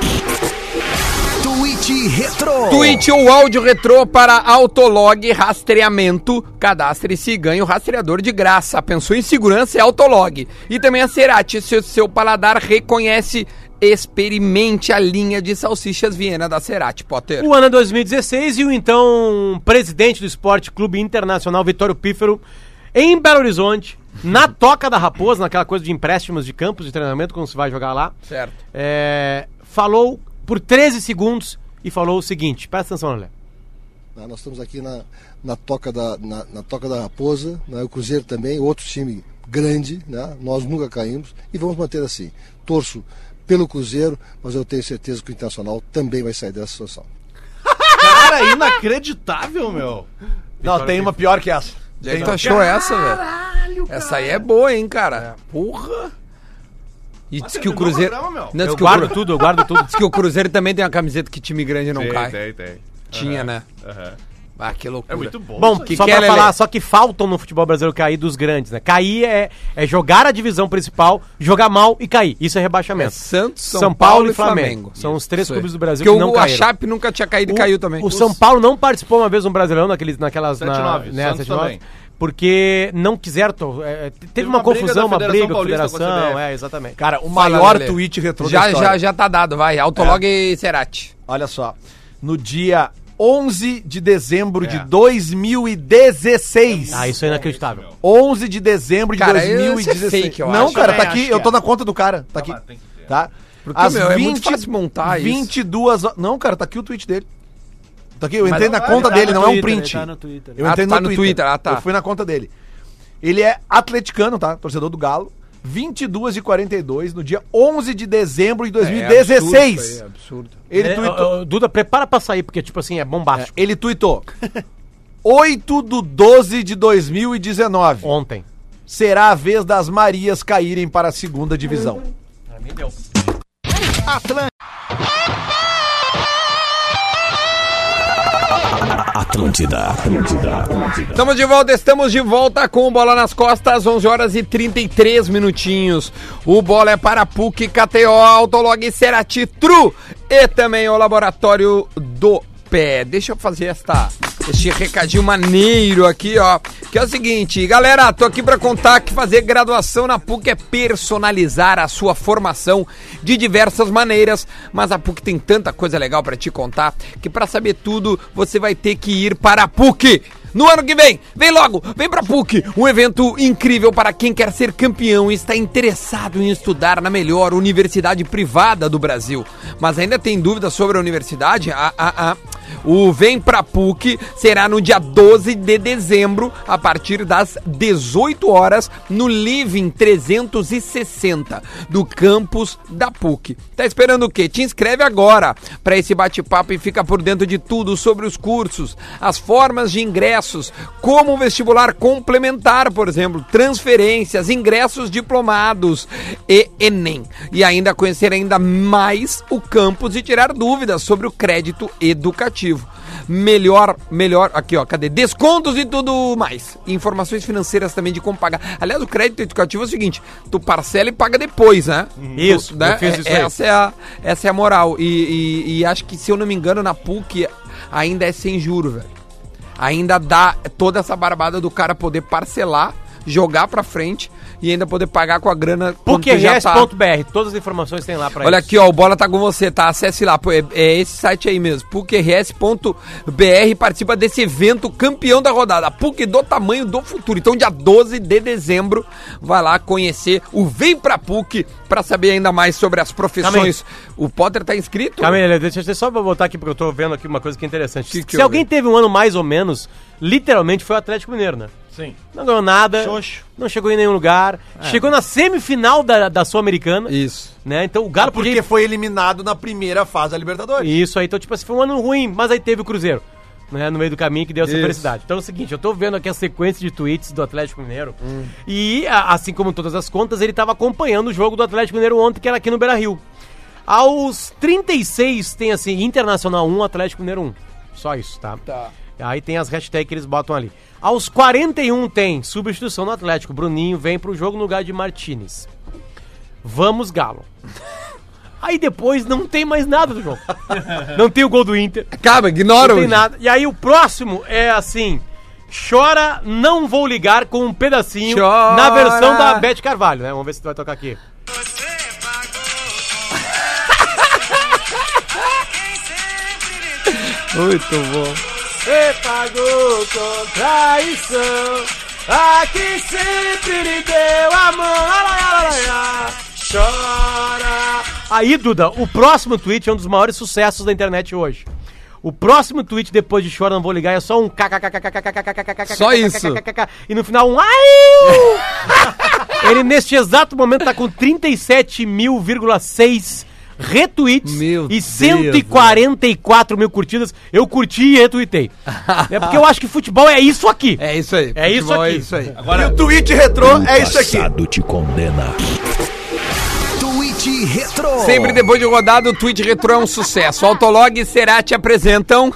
S1: Tweet Retro.
S2: Tweet ou áudio retrô para Autolog Rastreamento. Cadastre-se e ganhe o rastreador de graça. Pensou em segurança é Autolog. E também a Cerati, se o seu paladar reconhece, experimente a linha de salsichas Viena da Cerati, Potter.
S5: O ano é 2016 e o então presidente do Esporte Clube Internacional, Vitório Pífero, em Belo Horizonte,
S2: <laughs>
S5: na Toca da Raposa, naquela coisa de empréstimos de campos de treinamento, quando se vai jogar lá,
S2: Certo.
S5: é, falou por 13 segundos e falou o seguinte: presta atenção, Lelé.
S9: né? Nós estamos aqui na, na, toca, da, na, na Toca da Raposa, né? o Cruzeiro também, outro time grande, né? nós nunca caímos e vamos manter assim. Torço pelo Cruzeiro, mas eu tenho certeza que o Internacional também vai sair dessa situação.
S3: Cara, é inacreditável, meu.
S4: Não, tem uma pior que essa.
S2: Onde é que tu achou essa, velho? Essa aí é boa, hein, cara? Porra! E diz que o
S3: É. terminou o
S2: Cruzeiro.
S3: programa, meu?
S2: Não, diz
S5: Eu
S2: que o
S5: guardo
S2: Cru-
S5: tudo, eu
S2: <laughs>
S5: guardo tudo.
S2: Diz que o Cruzeiro também tem uma camiseta que time grande não
S3: Tem,
S2: um cai.
S3: tem, tem.
S2: Tinha, né?
S3: Aham.
S2: Ah, que loucura.
S3: É muito bom.
S5: Bom,
S3: isso aí.
S2: que
S5: só
S2: que é,
S5: pra
S2: Lelê?
S5: falar, só que faltam no futebol brasileiro cair dos grandes, né? Cair é, é jogar a divisão principal, jogar mal e cair. Isso é rebaixamento.
S2: Santos,
S5: São, Paulo, e Flamengo. São os três
S2: Isso aí.
S5: clubes do Brasil
S2: Porque
S5: que não
S2: o, a
S5: caíram.
S2: Chape nunca tinha caído e caiu também.
S5: O São Paulo não participou uma vez de um Brasileirão naqueles, naquelas... na-
S3: 7-9,
S5: né,
S3: Santos
S5: 7-9,
S3: também.
S5: Porque não quiseram... to- é, teve, uma,
S3: uma briga
S5: confusão,
S3: da
S5: uma
S3: Federação
S5: briga,
S3: Paulista com a
S5: federação,
S3: CBF.
S5: é, exatamente.
S4: Cara, o
S2: Fala,
S4: maior
S2: Lelê.
S4: tweet retrô da
S2: já,
S4: história.
S2: já, já tá dado, vai. Autolog
S5: É.
S2: e Cerati.
S4: Olha só. No dia 11 de dezembro de
S3: É.
S4: 2016.
S5: Ah, isso é inacreditável.
S4: 11 de dezembro de
S2: Cara, esse é
S4: 2016.
S2: fake, eu
S4: Não,
S2: acho.
S4: cara, tá
S6: Também
S4: aqui,
S6: acho
S4: eu
S6: que
S4: tô
S6: é.
S4: na conta do cara, tá aqui.
S3: mas tem que ter.
S4: Tá?
S2: Porque, meu, é muito fácil montar isso.
S4: 22 horas. Não, cara, tá aqui o tweet dele. Tá aqui, eu entrei na
S3: não,
S4: conta
S3: ele tá
S4: dele,
S6: no
S4: não é um
S6: Twitter, ele
S4: print.
S6: tá no Twitter.
S4: Eu
S2: Ah,
S4: entrei
S2: tá
S4: no, Twitter.
S2: ah, tá.
S4: Eu fui na conta dele. Ele é atleticano, tá? Torcedor do Galo. 22 e 42 no dia 11 de dezembro de 2016.
S2: absurdo.
S4: Ele
S5: É,
S4: tweetou.
S5: ó, ó, Duda, prepara pra sair, porque, tipo assim, é bombástico.
S4: Ele tuitou. 8 do 12 de
S2: É.
S4: 2019.
S5: Ontem.
S4: Será a vez das Marias caírem para a segunda divisão.
S1: Atlântida, Atlântida, Atlântida.
S2: Estamos de volta, estamos de volta com o Bola nas Costas, 11 horas e 33 minutinhos. O Bola é para PUC, KTO, Autolog, Cerati, Tru e também o Laboratório do Pé. Deixa eu fazer esta, este recadinho maneiro aqui, ó. Que é o seguinte, galera, tô aqui para contar que fazer graduação na PUC é personalizar a sua formação de diversas maneiras, mas a PUC tem tanta coisa legal para te contar que para saber tudo você vai ter que ir para a PUC. No ano que vem, vem logo, vem pra PUC, um evento incrível para quem quer ser campeão e está interessado em estudar na melhor universidade privada do Brasil. Mas ainda tem dúvidas sobre a universidade? Ah, ah, ah. O Vem pra PUC será no dia 12 de dezembro, a partir das 18 horas, no Living 360 do campus da PUC. Tá esperando o quê? Te inscreve agora para esse bate-papo e fica por dentro de tudo sobre os cursos, as formas de ingressos, como o vestibular complementar, por exemplo, transferências, ingressos diplomados e Enem. E ainda conhecer ainda mais o campus e tirar dúvidas sobre o crédito educativo. Melhor, melhor, aqui ó, cadê? Descontos e tudo mais. Informações financeiras também de como pagar. Aliás, o crédito educativo é o seguinte: tu parcela e paga depois, né?
S5: Isso,
S2: Tu, né?
S5: eu fiz isso
S2: É-
S5: aí.
S2: Essa é a, essa é a moral. E, e- e acho que, se eu não me engano, na PUC ainda é sem juro, velho. Ainda dá toda essa barbada do cara poder parcelar, jogar pra frente e ainda poder pagar com a grana quando tu
S5: é
S2: já tá-
S5: PUCRS.br, todas as informações tem lá pra
S2: Olha
S5: isso.
S2: aqui, ó, o Bola tá com você, tá? Acesse lá, pô, é, é esse site aí mesmo, pucrs.br, participa desse evento campeão da rodada, PUC do tamanho do futuro. Então, dia 12 de dezembro, vai lá conhecer o Vem Pra PUC pra saber ainda mais sobre as profissões. O Potter tá inscrito?
S5: Camila, deixa eu só botar aqui, porque eu tô vendo aqui uma coisa que é interessante.
S2: Que que
S5: Se
S2: houve?
S5: alguém teve um ano mais ou menos, literalmente foi o Atlético Mineiro, né?
S3: Sim.
S5: Não ganhou nada,
S6: Xoxo.
S5: não chegou em nenhum lugar, chegou na semifinal da, da Sul-Americana,
S2: Isso.
S5: né? Então o Galo podia...
S4: Porque foi eliminado na primeira fase da Libertadores.
S5: Isso aí, então tipo assim, foi um ano ruim, mas aí teve o Cruzeiro. né, no meio do caminho que deu essa
S2: Isso.
S5: felicidade. Então é o seguinte, eu tô vendo aqui a sequência de tweets do Atlético Mineiro e, a- assim como todas as contas, ele tava acompanhando o jogo do Atlético Mineiro ontem, que era aqui no Beira-Rio. Aos 36 tem assim, Internacional 1, Atlético Mineiro 1. Só isso, tá?
S8: Tá.
S5: Aí tem as hashtags que eles botam ali. Aos 41 tem substituição no Atlético. Bruninho vem pro jogo no lugar de Martinez. Vamos, Galo. Aí depois não tem mais nada do jogo. não tem o gol do Inter.
S2: Acaba, ignora
S5: Não tem
S2: hoje.
S5: nada. E aí o próximo é assim: chora, não vou ligar com um pedacinho
S2: Chora.
S5: na versão da Beth Carvalho, né? Vamos ver se tu vai tocar aqui.
S2: <laughs> Muito bom.
S5: Você pagou com traição. Aqui sempre lhe deu a mão. Chora. Aí, Duda, o próximo tweet é um dos maiores sucessos da internet hoje. O próximo tweet depois de Chora Não Vou Ligar é só um kkkkkkkkkkkkkkkkkkkkkk.
S2: Só isso.
S5: E no
S2: <laughs>
S5: final um ai! Ele neste exato momento tá com 37.000,6 retweets
S2: Meu
S5: e
S2: Deus,
S5: 144 mil curtidas. Eu curti
S2: <laughs>
S5: e retuitei. é porque eu acho que futebol é isso aqui.
S2: É isso aí.
S5: É isso
S2: Futebol
S5: aqui.
S2: É isso aí.
S4: E o tweet retrô é isso aqui.
S1: Passado te condena. Tweet Retro.
S2: Sempre depois de rodada, o tweet retrô é um sucesso. Autolog e Serati apresentam.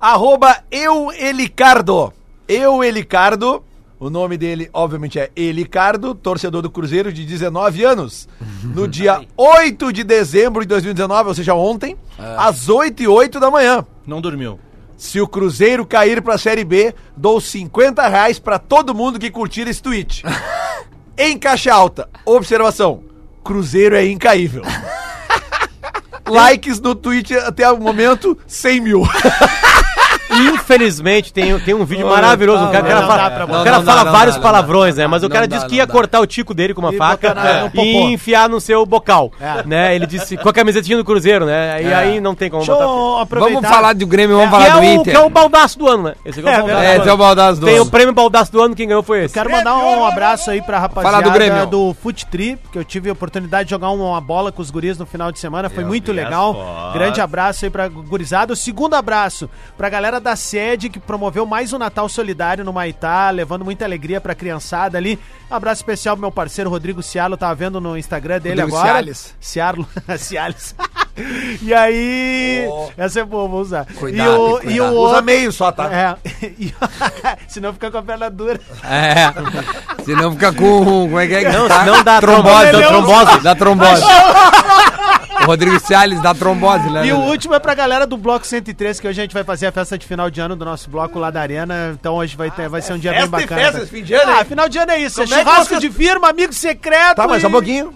S4: Arroba eu Elicardo. Eu Elicardo. O nome dele, obviamente, é Elicardo, torcedor do Cruzeiro de 19 anos.
S3: <laughs>
S4: No dia 8 de dezembro de 2019, ou seja, ontem, às 8 e 8 da manhã.
S3: É. Não dormiu.
S4: Se o Cruzeiro cair pra Série B, dou 50 reais pra todo mundo que curtir esse
S3: <laughs>
S4: tweet. em caixa alta, observação: Cruzeiro é
S3: <laughs>
S4: incaível. Likes no tweet até o momento, 100 mil.
S5: Infelizmente, tem, tem um vídeo maravilhoso. O cara, o cara
S6: não
S5: fala,
S6: dá pra
S5: o
S6: botar.
S5: cara
S2: Não, não
S5: fala
S2: dá,
S5: vários
S2: não dá,
S5: palavrões, né? Mas o
S2: Não
S5: cara
S2: dá,
S5: disse que
S2: não
S5: ia
S2: dá.
S5: cortar o tico dele com uma
S6: E
S5: faca É.
S6: botar na- no popô.
S5: e enfiar no seu bocal.
S6: É.
S5: Né? Ele disse com a camisetinha do Cruzeiro, né? E aí não tem como
S6: Deixa
S5: botar.
S6: eu aproveitar.
S2: Vamos falar do Grêmio, vamos
S5: Que
S2: falar do
S5: é, o,
S2: Inter.
S5: que é o baldaço do ano, né? Esse aqui é o
S6: É
S5: baldaço
S2: É,
S5: do
S6: verdade.
S5: ano.
S2: esse é o Baldaço do
S5: Tem
S2: ano.
S5: o prêmio baldaço do ano, quem ganhou foi esse.
S6: Quero mandar um abraço aí pra rapaziada
S2: Fala do Grêmio.
S6: do Fute Tri, que eu tive a oportunidade de jogar uma bola com os guris no final de semana, foi muito
S3: vi as
S6: legal.
S3: fotos.
S6: Grande abraço aí pra gurizada. O segundo abraço pra galera da sede que promoveu mais um Natal solidário no Maitá, levando muita alegria pra criançada ali. Um Abraço especial pro meu parceiro Rodrigo Cialo, tava vendo no Instagram dele
S2: Rodrigo
S6: agora.
S2: Ciales.
S6: Ciarlo, <laughs> Ciales. e aí, essa é boa, vou usar.
S2: Cuidado,
S6: e o, E
S2: cuidado.
S6: o
S4: Usa
S6: outro,
S4: meio só, tá?
S6: é, <laughs> e- senão fica com a perna dura.
S2: É. Senão fica com. Como é que é?
S5: Não,
S2: Tá?
S5: não dá
S2: trombose,
S5: trombose, é um
S2: dá
S5: não,
S2: trombose. Dá
S5: <laughs>
S2: trombose. o Rodrigo Salles dá trombose, né?
S6: E o último é pra galera do Bloco 103, que hoje a gente vai fazer a festa de final de ano do nosso bloco lá da Arena. Então hoje vai, ter, vai ser um
S3: é
S6: dia bem bacana.
S4: fim de ano,
S6: Ah, final de ano é isso.
S4: Como
S6: é
S4: é que
S6: churrasco
S4: você-
S6: de firma, amigo secreto.
S4: Tá, mas
S6: e-
S4: só um pouquinho.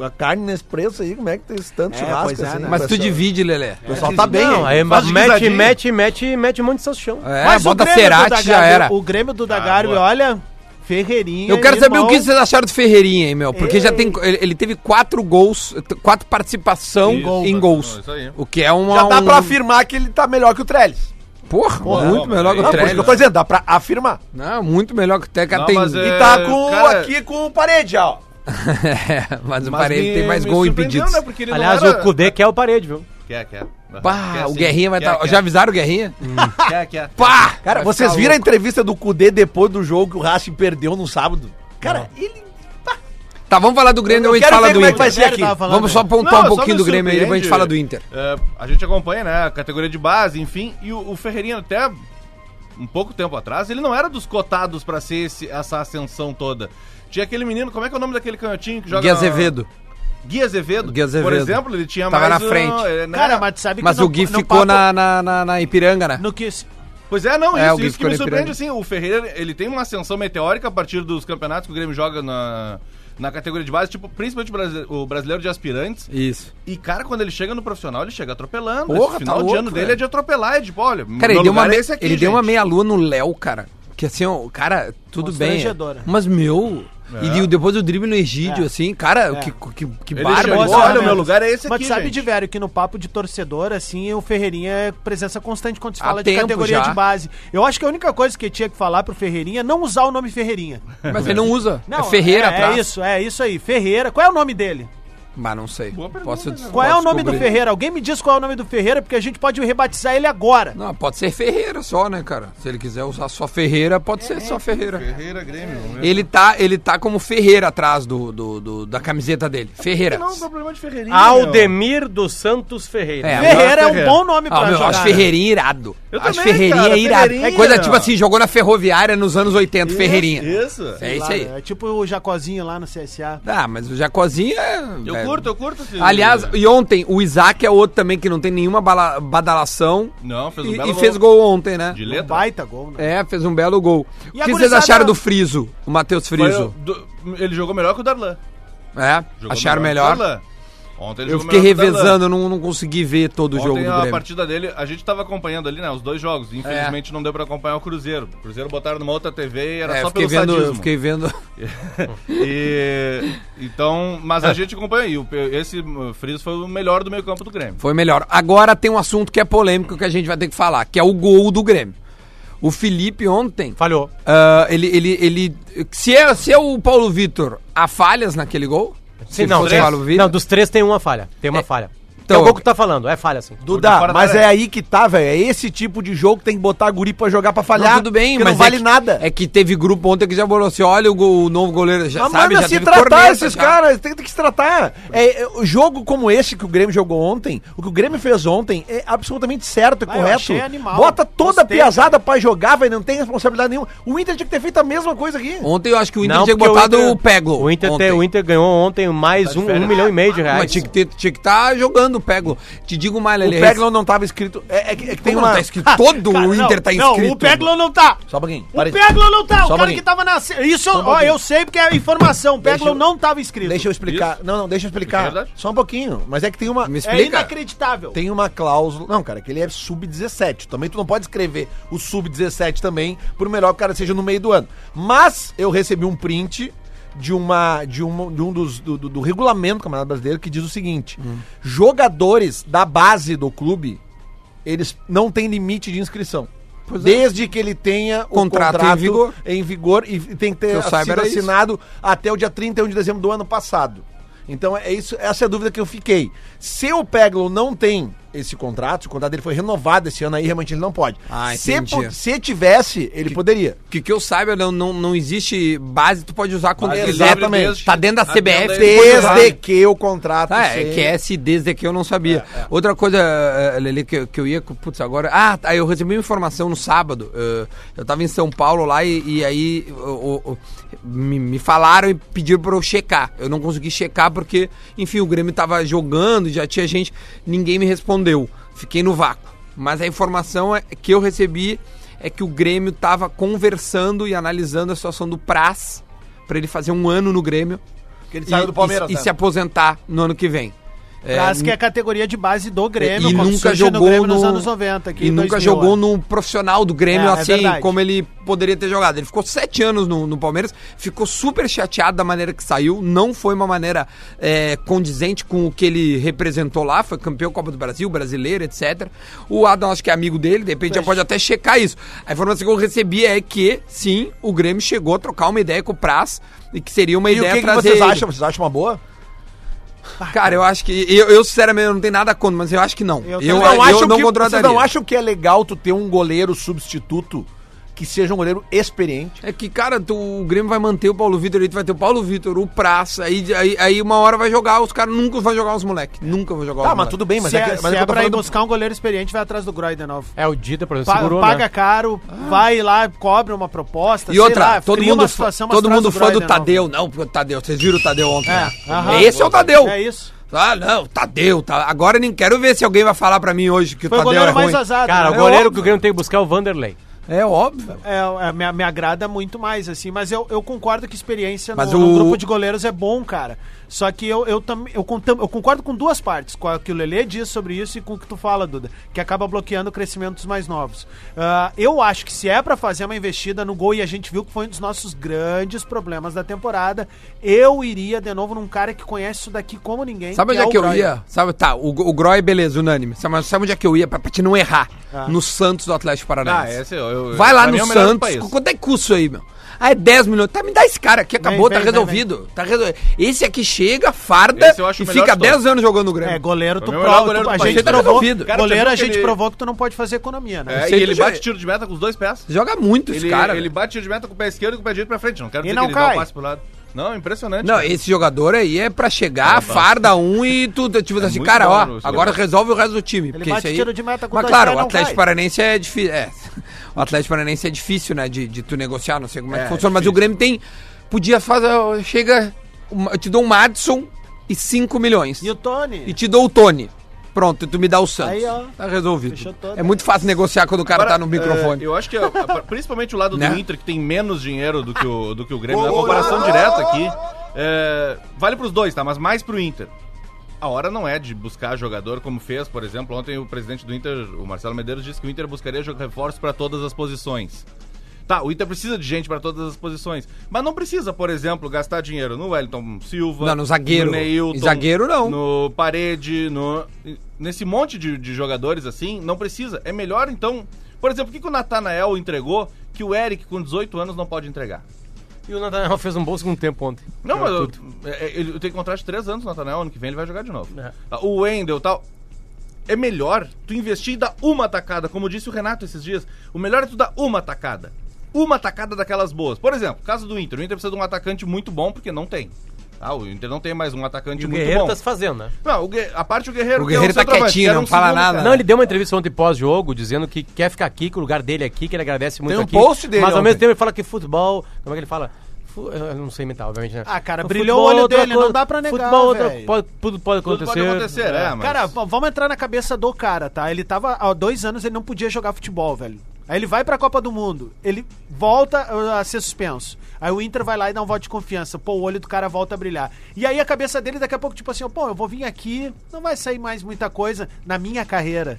S4: A carne nesse preço aí, como é que tem esse tanto churrasco
S6: pois é,
S4: assim?
S6: né?
S2: Mas tu divide, Lelê.
S4: O pessoal tá bem.
S5: Não,
S4: aí.
S5: aí
S4: Faz o
S5: é, mete,
S4: guisadinho.
S5: mete, mete, mete um monte de salsichão.
S2: É,
S6: é, Mas
S2: bota
S6: Grêmio do
S2: Cerati, já
S6: Dagarbi-
S2: era. Ah,
S6: O Grêmio do Dagarbi,
S3: boa.
S6: olha, Ferreirinha.
S2: Eu quero saber o
S6: irmão.
S2: que vocês acharam do Ferreirinha, hein, meu? Porque já
S6: Ei.
S2: tem. Ele, ele teve quatro gols, t- quatro participação
S3: Isso,
S2: um em
S3: tá-
S2: gols.
S3: isso aí.
S2: O que é um.
S4: Já dá
S2: um-
S4: pra afirmar que ele tá melhor que o Trellis.
S2: Porra,
S3: Porra,
S2: muito
S3: não,
S2: melhor que o
S3: mas
S4: Não, por
S2: Trellis.
S4: isso que eu tô dizendo, dá pra afirmar.
S2: Não, muito melhor que o Teca
S3: Não,
S2: tem. <laughs>
S3: mas é-
S4: E tá com
S3: cara-
S4: aqui com o parede, já, ó.
S2: É, mas o
S3: Mas
S2: Parede
S3: me-
S2: tem mais
S3: me
S2: gol
S3: surpreendeu,
S2: impedidos.
S3: né, porque ele não
S5: Aliás,
S3: era-
S5: o Kudê quer o parede, viu?
S3: Quer, quer. Aham,
S2: Pá,
S3: quer
S2: o
S3: sim.
S2: Guerrinha vai
S3: Quer,
S2: estar.
S3: quer.
S2: Já avisaram o Guerrinha?
S3: Quer, quer.
S2: Pá!
S4: Cara,
S2: Vai
S4: vocês
S2: ficar
S4: viram a
S2: tá louco.
S4: entrevista do Cudê depois do jogo que o Racing perdeu no sábado? Cara, ele.
S2: Tá, vamos falar do Grêmio,
S4: Eu
S2: depois a gente
S4: quero
S2: fala
S4: ver
S2: do
S4: como é que vai
S2: Inter.
S4: ser aqui.
S6: Tava falando.
S2: Vamos só
S3: né? Não,
S2: pontuar um
S3: só
S2: pouquinho
S3: me
S2: do Grêmio aí, depois a gente
S3: surpreende,
S2: fala do Inter.
S3: é, a gente acompanha, né, a categoria de base, enfim, e o, o Ferreirinha até um pouco tempo atrás, ele não era dos cotados pra ser esse- essa ascensão toda. Tinha aquele menino, como é que é o nome daquele canhotinho que joga...
S2: Gui
S3: na-
S2: Azevedo.
S3: Gui Azevedo.
S2: Gui Azevedo.
S3: Por exemplo, ele tinha
S2: Tava
S3: mais...
S2: na
S3: uh,
S2: frente.
S3: é, né?
S6: Cara, mas tu sabe que
S2: Mas
S6: no-
S2: o Gui
S6: no
S2: ficou
S6: papo-
S2: na, na, na, na Ipiranga, né?
S6: No que, se-
S3: Pois é, não,
S2: É, o
S3: isso,
S2: Gui
S3: isso que me
S2: ficou
S3: surpreende,
S2: na
S3: assim, o Ferreira, ele tem uma ascensão meteórica a partir dos campeonatos que o Grêmio joga na, na categoria de base, tipo, principalmente o brasile- o brasileiro de aspirantes,
S2: Isso.
S3: E, cara, quando ele chega no profissional, ele chega atropelando.
S2: Porra,
S3: Esse final
S2: tá
S3: de
S2: louco,
S3: ano dele
S2: velho.
S3: é de atropelar, é de, olha,
S2: Cara, ele,
S3: meu
S2: deu uma,
S3: lugar é
S2: me-
S3: esse aqui,
S2: ele deu uma
S3: gente.
S2: meia-lua no Léo, cara. Que assim, ó, cara, tudo bem.
S6: Constrangedora.
S2: Mas, meu. E o- depois o drible no Egídio,
S6: É.
S2: assim, cara,
S6: É.
S2: que, que, que
S3: Ele
S2: bárbaro.
S3: chegou assim,
S2: Olha,
S3: olha, o meu lugar é esse
S6: Mas
S3: aqui,
S6: tu sabe
S3: gente.
S6: de velho que no papo de torcedor, assim, o Ferreirinha é presença constante quando se
S2: Há
S6: fala de
S2: tempo
S6: categoria
S2: já.
S6: de base. Eu acho que a única coisa que tinha que falar pro Ferreirinha é não usar o nome Ferreirinha.
S2: Mas ele não usa.
S6: Não,
S2: é Ferreira
S6: é,
S2: atrás.
S6: É isso, é isso aí. Ferreira. Qual é o nome dele?
S2: Mas não sei.
S3: Boa pergunta,
S2: Posso
S3: né?
S2: des-
S6: Qual é o
S2: posso
S6: nome do
S2: descobrir.
S6: Ferreira? Alguém me diz qual é o nome do Ferreira, porque a gente pode rebatizar ele agora.
S2: Não, pode ser Ferreira só, né, cara? Se ele quiser usar só Ferreira, pode ser só Ferreira.
S3: Ferreira Grêmio. não é?
S2: Ele tá, ele tá como Ferreira atrás do, do- do- da camiseta dele. Ferreira.
S3: Não, é um problema de Ferreirinha.
S2: Ah,
S3: meu.
S5: Aldemir dos Santos Ferreira.
S2: É,
S6: Ferreira é um
S3: Ferreira.
S6: bom nome pra
S2: Ah, meu, eu
S6: jogar.
S2: acho Ferreirinha irado.
S3: Eu
S2: acho
S3: também,
S2: Ferreirinha
S3: cara,
S2: irado.
S3: Ferreirinha.
S2: É coisa tipo assim, jogou na ferroviária nos anos 80, Ferreirinha.
S3: Isso.
S2: É isso
S6: Claro,
S2: aí.
S6: É tipo o Jacozinho lá no CSA.
S2: Ah, mas o Jacozinho é.
S3: Eu
S2: é-
S3: curto, eu curto. esse-
S2: Aliás, e ontem, o Isaac é outro também que não tem nenhuma bala- badalação.
S3: Não, fez um
S2: e,
S3: belo
S2: e fez gol ontem, né?
S3: De
S6: Um
S3: letra.
S6: baita gol, né?
S2: É, fez um belo gol.
S6: E
S2: o
S6: a
S2: que vocês
S6: gurizada-
S2: acharam do Friso, o Matheus
S3: Foi
S2: Friso?
S3: o- do- ele jogou melhor que o Darlan.
S2: É,
S3: Jogou
S2: acharam
S3: que
S2: melhor.
S3: o Darlan. Ontem ele
S2: Eu
S3: jogou
S2: fiquei
S3: melhor que o Darlan.
S2: revezando, não, não consegui ver todo o jogo do
S3: Ontem a
S2: Grêmio. É.
S3: partida dele, a gente tava acompanhando ali, né, os dois jogos. Infelizmente não deu pra acompanhar o Cruzeiro. O Cruzeiro botaram numa outra TV e era
S2: É, eu
S3: só
S2: fiquei
S3: pelo
S2: vendo, eu
S3: sadismo.
S2: fiquei vendo. <laughs>
S3: E, então, mas a
S2: É.
S3: gente acompanha aí. O pe- Esse uh, Friso foi o melhor do meio campo do Grêmio.
S2: Foi melhor. Agora tem um assunto que é polêmico que a gente vai ter que falar, que é o gol do Grêmio. O Felipe ontem,
S5: Falhou.
S2: ah, ele, ele, ele, se é, se é o Paulo Vitor, há falhas naquele gol?
S5: Sim, não,
S2: fosse
S5: tem-
S2: o Paulo Vitor,
S5: não, dos três tem uma falha. Tem uma falha.
S2: então-
S5: é o gol que tu tá falando, é falha, sim.
S4: Duda,
S3: fora da
S4: mas
S3: área.
S4: é aí que tá, velho. É esse tipo de jogo que tem que botar guri pra jogar pra
S2: Não,
S4: falhar.
S2: tudo bem,
S4: porque
S2: mas
S4: não vale
S2: é que,
S4: nada.
S2: É que teve grupo ontem que já falou assim, olha o, gol- o novo goleiro, já
S4: Mas
S2: Tá, sabe, já
S4: manda se
S2: teve
S4: tratar
S2: corneta,
S4: esses
S2: já.
S4: caras, tem que se tratar. É, é, o jogo como esse que o Grêmio jogou ontem, o que o Grêmio fez ontem é absolutamente certo e
S6: Ah, eu
S4: correto.
S6: achei animal.
S4: Bota toda
S6: Gostei,
S4: a piazada pra jogar, velho, não tem responsabilidade nenhuma. O Inter tinha que ter feito a mesma coisa aqui.
S2: Ontem eu acho que o Inter
S5: Não,
S2: tinha
S5: porque
S2: botado o,
S5: Inter-
S2: Peglo.
S5: O Inter,
S2: ontem. Ah,
S5: tem- o Inter ganhou ontem mais um, um milhão e meio de reais.
S2: Mas tinha que ter- tinha que estar jogando o Peglo. Te digo mais,
S4: O
S2: Lelê.
S4: Peglon não tava escrito. É, é que- é que tem
S2: Como
S4: uma.
S2: não tá escrito? Todo
S6: <laughs> Cara,
S2: o Inter
S6: não,
S2: tá
S6: não,
S2: inscrito.
S6: o Peglon não tá.
S4: Só um pouquinho.
S6: O
S4: para aí.
S6: Peglon não tá. O
S4: Só um
S6: cara
S4: pouquinho.
S6: que tava na... se- Isso,
S4: Só um
S6: ó,
S4: pouquinho.
S6: eu sei porque é informação. O Peglon
S4: eu-
S6: não tava inscrito.
S4: Deixa eu explicar. Não, não, deixa eu
S3: É
S4: explicar.
S3: verdade.
S4: Só um pouquinho. Mas é que tem uma.
S2: Me
S6: É
S2: explica.
S6: inacreditável.
S4: Tem uma cláusula. Não, cara, que ele é sub-17. Também tu não pode escrever o sub-17 também, por melhor que o cara seja no meio do ano. Mas eu recebi um print de uma de, uma, de um dos do, do- do regulamento do Campeonato Brasileiro que diz o seguinte:
S2: Hum.
S4: jogadores da base do clube, eles não têm limite de inscrição. Desde que ele tenha
S2: é.
S4: o
S2: Contrato em vigor.
S4: em vigor e tem que ter
S2: eu saiba,
S4: sido
S2: era isso.
S4: assinado até o dia 31 de dezembro do ano passado. Então, é isso, essa é a dúvida que eu fiquei. Se o Peglo não tem esse contrato, se o contrato dele foi renovado esse ano aí, realmente ele não pode.
S2: Ah,
S4: se,
S2: entendi.
S4: po- se tivesse, ele poderia.
S2: Que que eu saiba, não, não, não existe base, tu pode usar quando
S4: Base
S2: quiser.
S4: livre desde-
S2: Tá dentro da
S3: a dentro
S2: CBF.
S3: da-
S2: tu pode usar.
S4: Desde que o contrato
S2: Ah, é que é esse desde que eu não sabia. Outra coisa, eh, Lelê, que, eu- que eu ia. com- Putz, agora. Ah, tá, eu recebi uma informação no sábado. eh, eu tava em São Paulo lá e, e aí o- o- o- me, me falaram e pediram pra eu checar. Eu não consegui checar porque, enfim, o Grêmio tava jogando, já tinha gente, ninguém me respondeu. Fiquei no vácuo. Mas a informação é- que eu recebi é que o Grêmio tava conversando e analisando a situação do Praz pra ele fazer um ano no Grêmio
S4: que ele
S2: e,
S4: saiu do Palmeiras.
S2: e- e
S4: né?
S2: se aposentar no ano que vem. É,
S6: Traz que é a categoria de base do Grêmio.
S2: e
S6: quando
S2: nunca
S6: surge
S2: jogou
S6: no Grêmio
S2: no,
S6: nos anos 90. aqui
S2: e
S6: em
S2: nunca
S6: 2000,
S2: jogou
S6: né?
S2: no profissional do Grêmio
S6: É, é
S2: assim
S6: verdade.
S2: como ele poderia ter jogado. Ele ficou sete anos no, no Palmeiras, ficou super chateado da maneira que saiu. Não foi uma maneira é, condizente com o que ele representou lá. Foi campeão Copa do Brasil, brasileiro, etc. O Adam acho que é amigo dele. De repente já pode até checar isso. A informação que eu recebi é que sim, o Grêmio chegou a trocar uma ideia com o Praz e que seria uma
S4: E o
S2: ideia é
S4: que, que
S2: trazer
S4: vocês
S2: ele.
S4: acham? Vocês acham uma boa?
S2: Cara, eu acho que. Eu, eu, sinceramente, eu não tenho nada contra, mas eu acho que não. Eu, eu,
S4: Vocês
S2: não,
S4: acham
S2: não
S4: que,
S2: contrataria.
S4: vocês não acham que é legal tu ter um goleiro substituto que seja um goleiro experiente?
S2: É que, cara, tu- o Grêmio vai manter o Paulo Vitor, aí tu vai ter o Paulo Vitor, o Praça, aí, aí, aí uma hora vai jogar, os caras nunca vão jogar os moleques. Nunca vão jogar os
S4: Tá, mas
S2: moleque.
S4: tudo bem, mas
S6: se
S4: é,
S6: é,
S4: que, mas
S6: se
S4: é
S6: é
S4: que eu tô
S6: pra ir
S4: falando
S6: buscar um goleiro experiente, vai atrás do Groiden novo.
S5: É o Dita, por
S6: Pa-
S5: exemplo, segurou,
S6: paga
S5: né?
S6: caro, vai lá, cobra uma proposta.
S2: E
S6: sei
S2: outra,
S6: lá,
S2: todo
S6: cria
S2: mundo,
S6: uma
S2: fã-
S6: situação, mas
S2: todo
S6: traz
S2: mundo
S6: o
S2: fã do
S6: Groisner novo.
S2: Tadeu. Não, porque o Tadeu, vocês viram o Tadeu ontem? né?
S6: aham.
S2: Esse é o Tadeu.
S6: É isso.
S2: Ah, não, o Tadeu. Tá... Agora eu nem quero ver se alguém vai falar pra mim hoje que
S6: Foi
S2: o
S6: o
S2: Tadeu é
S6: goleiro mais
S2: ruim.
S6: azado.
S5: Cara, o
S6: né?
S5: goleiro que o Grêmio tem que buscar é o Vanderlei.
S2: É óbvio.
S6: É, é, me, me agrada muito mais, assim, mas eu, eu concordo que experiência
S2: Mas
S6: no, no
S2: o-
S6: grupo de goleiros é bom, cara. Só que eu, eu, tam, eu, contam- eu concordo com duas partes, com a que o Lelê diz sobre isso e com o que tu fala, Duda, que acaba bloqueando o crescimento dos mais novos. Ah, eu acho que se é pra fazer uma investida no gol, e a gente viu que foi um dos nossos grandes problemas da temporada, eu iria de novo num cara que conhece isso daqui como ninguém.
S2: Sabe onde é
S6: o
S2: que eu
S6: Breuer.
S2: ia? Sabe, tá, o, o Groy, beleza, unânime. Sabe, mas sabe onde é que eu ia? Pra, pra te não errar. No Santos do Atlético
S3: Ah,
S2: Paranaense.
S3: esse eu, eu-
S2: Vai lá
S3: pra mim é
S2: no
S3: o melhor do
S2: Santos.
S3: país.
S2: Qu- Quanto é que custa isso aí, meu? Ah, é 10 milhões. Tá, me dá esse cara aqui, acabou,
S6: vem,
S2: tá
S6: vem,
S2: resolvido. Tá resolvido. Esse aqui chega, farda
S3: Esse eu acho
S2: e
S3: o melhor
S2: fica
S3: de todos.
S2: 10 anos jogando no Grêmio.
S6: É, goleiro tu
S3: Pra mim, o melhor
S6: prova.
S3: goleiro
S6: tu-
S3: do
S6: A
S3: país.
S6: gente
S2: Tá
S6: provou.
S2: resolvido.
S3: Cara,
S6: Goleiro
S3: tu
S6: a
S3: viu que
S6: gente
S3: ele-
S6: provou que tu não pode fazer economia, né?
S3: É,
S2: Sei
S3: e
S2: que
S3: ele
S2: já-
S3: bate tiro de meta com os dois pés.
S2: Joga muito esse
S3: Ele,
S2: cara. né?
S3: ele bate tiro de meta com o pé esquerdo e com o pé direito pra frente. Não quero
S6: E
S3: dizer
S6: não
S3: que ele dá
S6: cai.
S3: o passe pro lado. Não, impressionante.
S2: Não,
S3: cara.
S2: esse jogador aí é pra chegar, farda um e tudo. Tipo assim,
S3: É muito
S2: cara,
S3: bom
S2: ó,
S3: no celular.
S2: agora resolve o resto do time. porque
S6: bate
S2: isso aí...
S6: tiro de meta com
S2: Mas
S6: dois
S2: claro,
S6: pés
S2: o
S6: e não
S2: Atlético
S6: cai.
S2: Paranaense é difícil. É. O Atlético Paranaense é difícil, né, de, de tu negociar, não sei como é, que funciona. Mas o Grêmio tem. Podia fazer. ó, Chega. uma- Eu te dou um Madison e 5 milhões.
S6: E o Tony?
S2: E te dou o Tony. Pronto, e tu me dá o Santos.
S6: Aí, ó.
S2: tá resolvido.
S6: Fechou toda.
S2: É muito fácil negociar quando o cara tá
S3: Agora,
S2: no microfone.
S3: eh, eu acho que a-
S2: <laughs>
S3: a- principalmente o lado
S2: Né?
S3: do Inter, que tem menos dinheiro do que o, do que o Grêmio, na comparação direta aqui, eh, vale pros dois, tá? Mas mais pro Inter. A hora não é de buscar jogador, como fez, por exemplo, ontem o presidente do Inter, o Marcelo Medeiros, disse que o Inter buscaria jo- reforços para todas as posições. Tá, o Inter precisa de gente para todas as posições. Mas não precisa, por exemplo, gastar dinheiro no Wellington Silva.
S2: Não, no zagueiro.
S3: No Neilton,
S2: Em zagueiro, não.
S3: No Parede, no. Nesse monte de, de jogadores assim, não precisa. É melhor então. Por exemplo, o que, que o Natanael entregou que o Eric, com 18 anos, não pode entregar?
S5: E o Nathaniel fez um bom segundo tempo ontem.
S3: Não, mas eu, é, é, ele tem contrato de 3 anos, o Natanael, ano que vem ele vai jogar de novo.
S5: É.
S3: Ah, O Wendel e tal. É melhor tu investir e dar uma atacada, como disse o Renato esses dias. O melhor é tu dar uma atacada. Uma atacada daquelas boas. Por exemplo, caso do Inter. O Inter precisa de um atacante muito bom, porque não tem. Ah, o Inter não tem mais um atacante
S5: E o
S3: muito
S5: Guerreiro
S3: bom.
S5: tá se fazendo, né?
S3: Não, o Guer- a parte do Guerreiro...
S2: O
S3: que é um
S2: Guerreiro tá
S3: centroavante,
S2: quietinho,
S3: que era
S2: não fala
S3: segundo,
S2: nada.
S3: cara.
S5: Não, ele deu uma entrevista ontem pós-jogo dizendo que quer ficar aqui, que o lugar dele é aqui, que ele agradece muito
S2: Tem um
S5: aqui.
S2: post dele
S5: Mas ao
S2: ontem.
S5: mesmo tempo ele fala que futebol. Como é que ele fala? Fu- Eu não sei mental, obviamente, né?
S6: Ah, cara,
S5: O
S6: brilhou
S5: futebol
S6: o olho
S5: é outra
S6: dele, não dá pra negar,
S5: Futebol é outra-
S6: velho.
S5: pode, tudo pode
S3: Tudo
S5: acontecer.
S3: pode acontecer, é, mas...
S6: Cara, v- vamos entrar na cabeça do cara, tá? Ele tava há dois anos, ele não podia jogar futebol, velho. Aí ele vai pra Copa do Mundo, ele volta uh, a ser suspenso. Aí o Inter vai lá e dá um voto de confiança. Pô, o olho do cara volta a brilhar. E aí a cabeça dele daqui a pouco, tipo assim, ó, pô, eu vou vir aqui, não vai sair mais muita coisa na minha carreira.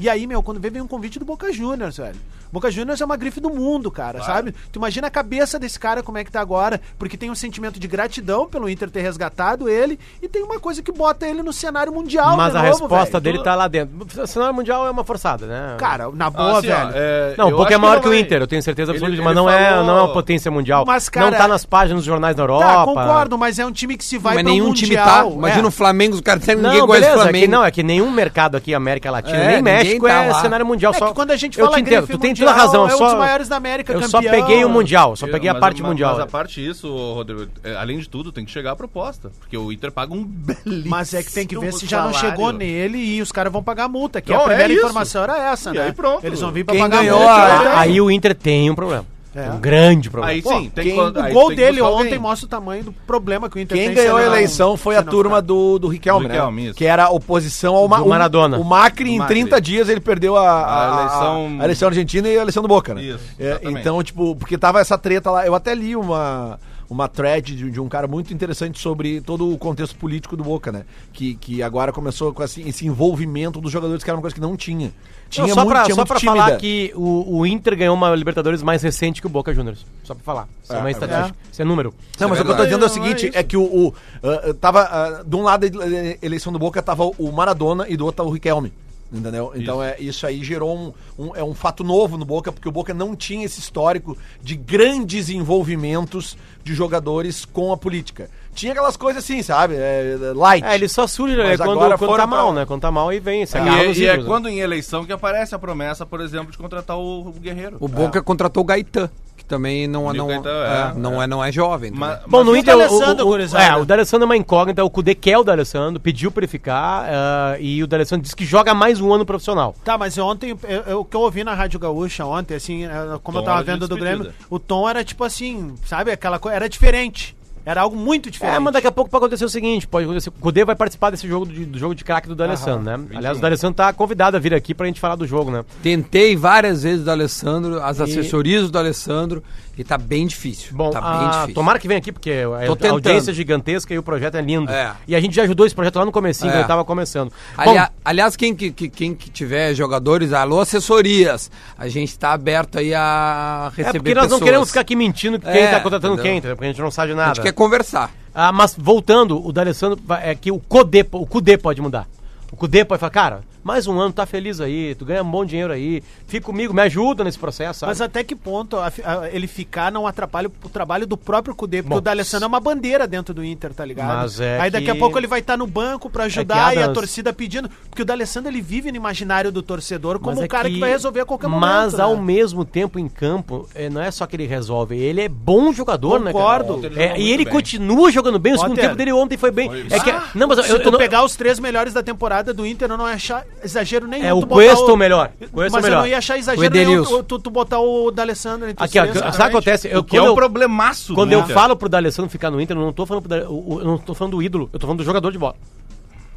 S6: E aí, meu, quando vem, vem um convite do Boca Juniors, velho. Boca Juniors é uma grife do mundo, cara, sabe? Tu imagina a cabeça desse cara, como é que tá agora, porque tem um sentimento de gratidão pelo Inter ter resgatado ele, e tem uma coisa que bota ele no cenário mundial,
S5: Mas
S6: Tá de
S5: a
S6: novo,
S5: resposta
S6: velho.
S5: dele tá lá dentro. O cenário mundial é uma forçada, né?
S6: Cara, na
S3: Ah,
S6: boa,
S3: assim, ó,
S6: velho.
S3: é,
S5: Não, o
S3: eu
S5: Boca
S3: acho
S5: é maior que o
S3: não
S5: Inter, eu tenho certeza
S3: Ele-
S5: absoluta,
S3: ele
S5: mas não, é,
S3: falou-
S5: não é uma potência mundial.
S6: Mas, cara-
S5: não tá nas páginas dos jornais da Europa.
S6: Tá, concordo, mas é um time que se vai
S2: Não é
S6: pra um
S2: nenhum time tá.
S6: mundial,
S2: Imagina
S6: é.
S2: o Flamengo, os caras ninguém
S5: Não,
S2: gosta do
S5: beleza, é
S2: Flamengo.
S5: que não, é que nenhum mercado aqui, América Latina,
S2: É,
S5: nem
S2: ninguém
S5: México,
S2: tá
S5: é
S2: lá.
S5: cenário mundial.
S6: É
S5: só,
S6: que quando a gente
S5: eu
S6: fala
S5: te entendo,
S6: grife
S5: tu tem toda a
S6: mundial,
S5: razão. eu
S6: é um
S5: só,
S6: dos maiores da América,
S5: Eu só
S6: campeão.
S5: peguei o mundial, só peguei a
S3: Mas
S5: parte
S3: ma-
S5: mundial. é.
S3: Mas a parte isso, Rodrigo, é, além de tudo, tem que chegar a proposta. Porque o Inter paga um <laughs> belíssimo
S6: Mas é que tem que ver se já não
S3: salário.
S6: chegou nele e os caras vão pagar a multa, que
S3: Não,
S6: a primeira
S3: é isso.
S6: informação era essa,
S3: E
S6: né?
S3: aí pronto.
S6: Eles vão vir pra
S2: Quem
S6: pagar
S2: ganhou
S6: a multa.
S2: a-
S6: né?
S5: Aí o Inter tem um problema.
S6: É.
S5: Um grande problema.
S3: Aí
S6: Pô,
S3: sim, tem
S6: quem-
S3: que-
S6: o
S3: aí
S6: gol
S3: tem que
S6: dele
S3: buscar
S6: ontem
S3: alguém.
S6: mostra o tamanho do problema que o Inter
S4: Quem
S6: tem,
S4: ganhou
S6: se
S4: a
S6: não-
S4: eleição foi
S6: se
S4: a
S6: não
S4: turma
S6: ficar.
S4: do, do Riquelme,
S3: Do Riquelme,
S4: né?
S3: isso.
S4: Que era a oposição ao Ma-
S5: Do
S4: o-
S5: Maradona.
S4: O Macri,
S3: Do
S4: em
S3: Macri.
S4: 30 dias, ele perdeu a, a,
S3: A
S4: eleição...
S3: eleição-
S4: a eleição argentina e a eleição do Boca, né?
S3: Isso,
S4: É,
S3: exatamente.
S4: então, tipo, porque tava essa treta lá. Eu até li uma, uma thread de, de um cara muito interessante sobre todo o contexto político do Boca, né? Que, que agora começou com esse, esse envolvimento dos jogadores, que era uma coisa que não tinha. Tinha
S5: Não, só
S4: muito,
S5: pra,
S4: tinha
S5: só
S4: muito
S5: pra
S4: tímida.
S5: falar que o, o Inter ganhou uma Libertadores mais recente que o Boca Juniors. Só pra falar. Isso é, uma estatística. Isso é número.
S4: Não, mas o que eu tô dizendo é o seguinte, é, que o, o, ah, tava, ah, de um lado da eleição do Boca tava o Maradona e do outro tava o Riquelme. Entendeu? Então é, isso aí gerou um, um- é um fato novo no Boca, porque o Boca não tinha esse histórico de grandes envolvimentos de jogadores com a política. Tinha aquelas coisas assim, sabe? É, light.
S5: É, ele só surge né,
S4: Mas
S5: quando,
S4: agora
S5: quando
S4: foram
S5: tá
S4: pra-
S5: mal, né? Quando tá mal e vem. Se
S3: E
S5: agarra
S3: é,
S5: nos
S3: e é
S5: ídolos, né?
S3: quando em eleição que aparece a promessa, por exemplo, de contratar o Guerreiro.
S2: O Boca contratou o Gaetan, que também não,
S3: Nico
S2: não,
S3: Gaetan,
S2: é,
S3: é,
S2: não, é. não é jovem. também.
S3: Ma-
S5: Bom,
S3: mas
S5: no
S6: e o
S5: Inter, o,
S6: D'Alessandro,
S5: o, o,
S6: gurizada?
S5: é, o D'Alessandro é uma incógnita, o Kudê quer o D'Alessandro, pediu pra ele ficar, ah, e o D'Alessandro disse que joga mais um ano profissional.
S6: Tá, mas ontem, eu- eu- o que eu ouvi na Rádio Gaúcha ontem, assim, é, como eu
S3: Tom
S6: tava
S3: era de
S6: vendo do
S3: despedida.
S6: Grêmio, o tom era tipo assim, sabe? Aquela coisa, era diferente. Era algo muito diferente.
S5: É, mas daqui a pouco pode acontecer o seguinte, pode acontecer, o Kudê vai participar desse jogo, de- do jogo de craque do D'Alessandro, né? Aliás, o D'Alessandro tá convidado a vir aqui pra gente falar do jogo, né?
S2: Tentei várias vezes do Alessandro, as assessorias do Alessandro, e tá bem difícil.
S5: Bom,
S2: tá
S5: ah,
S2: bem difícil.
S5: tomara que venha aqui, porque a-
S2: Tô
S5: a
S2: tentando.
S5: audiência é gigantesca e o projeto é lindo.
S2: É.
S5: E a gente já ajudou esse projeto lá no comecinho,
S2: É.
S5: quando ele tava começando. Bom, é
S2: Alia- aliás, quem que, que- quem que tiver jogadores, alô, assessorias, a gente tá aberto aí a
S5: é
S2: receber
S5: porque nós não
S2: pessoas.
S5: queremos ficar aqui mentindo que quem
S2: É,
S5: tá contratando
S2: entendeu?
S5: quem, entendeu? porque a gente não sabe de
S2: A
S5: nada.
S2: gente quer conversar.
S5: Ah, mas voltando, o D'Alessandro vai- é que o Codê, o Cudê pode mudar. O Cudê pode falar, cara, mais um ano, tá feliz aí, tu ganha um bom dinheiro aí, fica comigo, me ajuda nesse processo, sabe?
S6: Mas até que ponto a fi- a- ele ficar não atrapalha o trabalho do próprio Cudê? Porque
S5: Bom,
S6: o D'Alessandro é uma bandeira dentro do Inter, tá ligado?
S5: Mas é
S6: Aí daqui a
S5: que- é
S6: pouco ele vai estar no banco pra ajudar
S5: que,
S6: e a
S5: Adams-
S6: torcida pedindo. Porque o D'Alessandro ele vive no imaginário do torcedor como
S5: Mas
S6: um
S5: é
S6: cara que... vai resolver a qualquer momento.
S5: Mas
S6: né?
S5: ao mesmo tempo em campo, eh, não é só que ele resolve, ele é bom jogador,
S6: Concordo.
S5: né?
S3: Ele
S5: Cara? É, e
S3: joga muito
S5: ele
S3: bem.
S5: continua jogando bem, o segundo
S6: Potter. Ah,
S5: tempo dele ontem foi bem. É que, não, mas eu,
S6: Se
S5: eu,
S6: tu
S5: não-
S6: pegar os três melhores da temporada do Inter, eu não ia achar exagero nenhum.
S5: É, o
S6: tu um botar
S5: Cuesta o melhor. Cuesta
S6: mas
S5: o melhor.
S6: eu não ia achar
S5: O
S6: exagero nenhum
S5: Edenilson.
S6: tu, tu, tu botar o D'Alessandro entre os
S5: Aqui, ó,
S6: três,
S5: sabe o que
S6: cara.
S5: acontece? Eu,
S3: o que é
S5: quando
S3: um
S5: eu-
S3: problemaço
S5: Quando
S3: do
S5: eu
S3: Inter.
S5: falo pro D'Alessandro ficar no Inter, eu não tô falando pro Da- o- o- eu não tô falando do ídolo, eu tô falando do jogador de bola.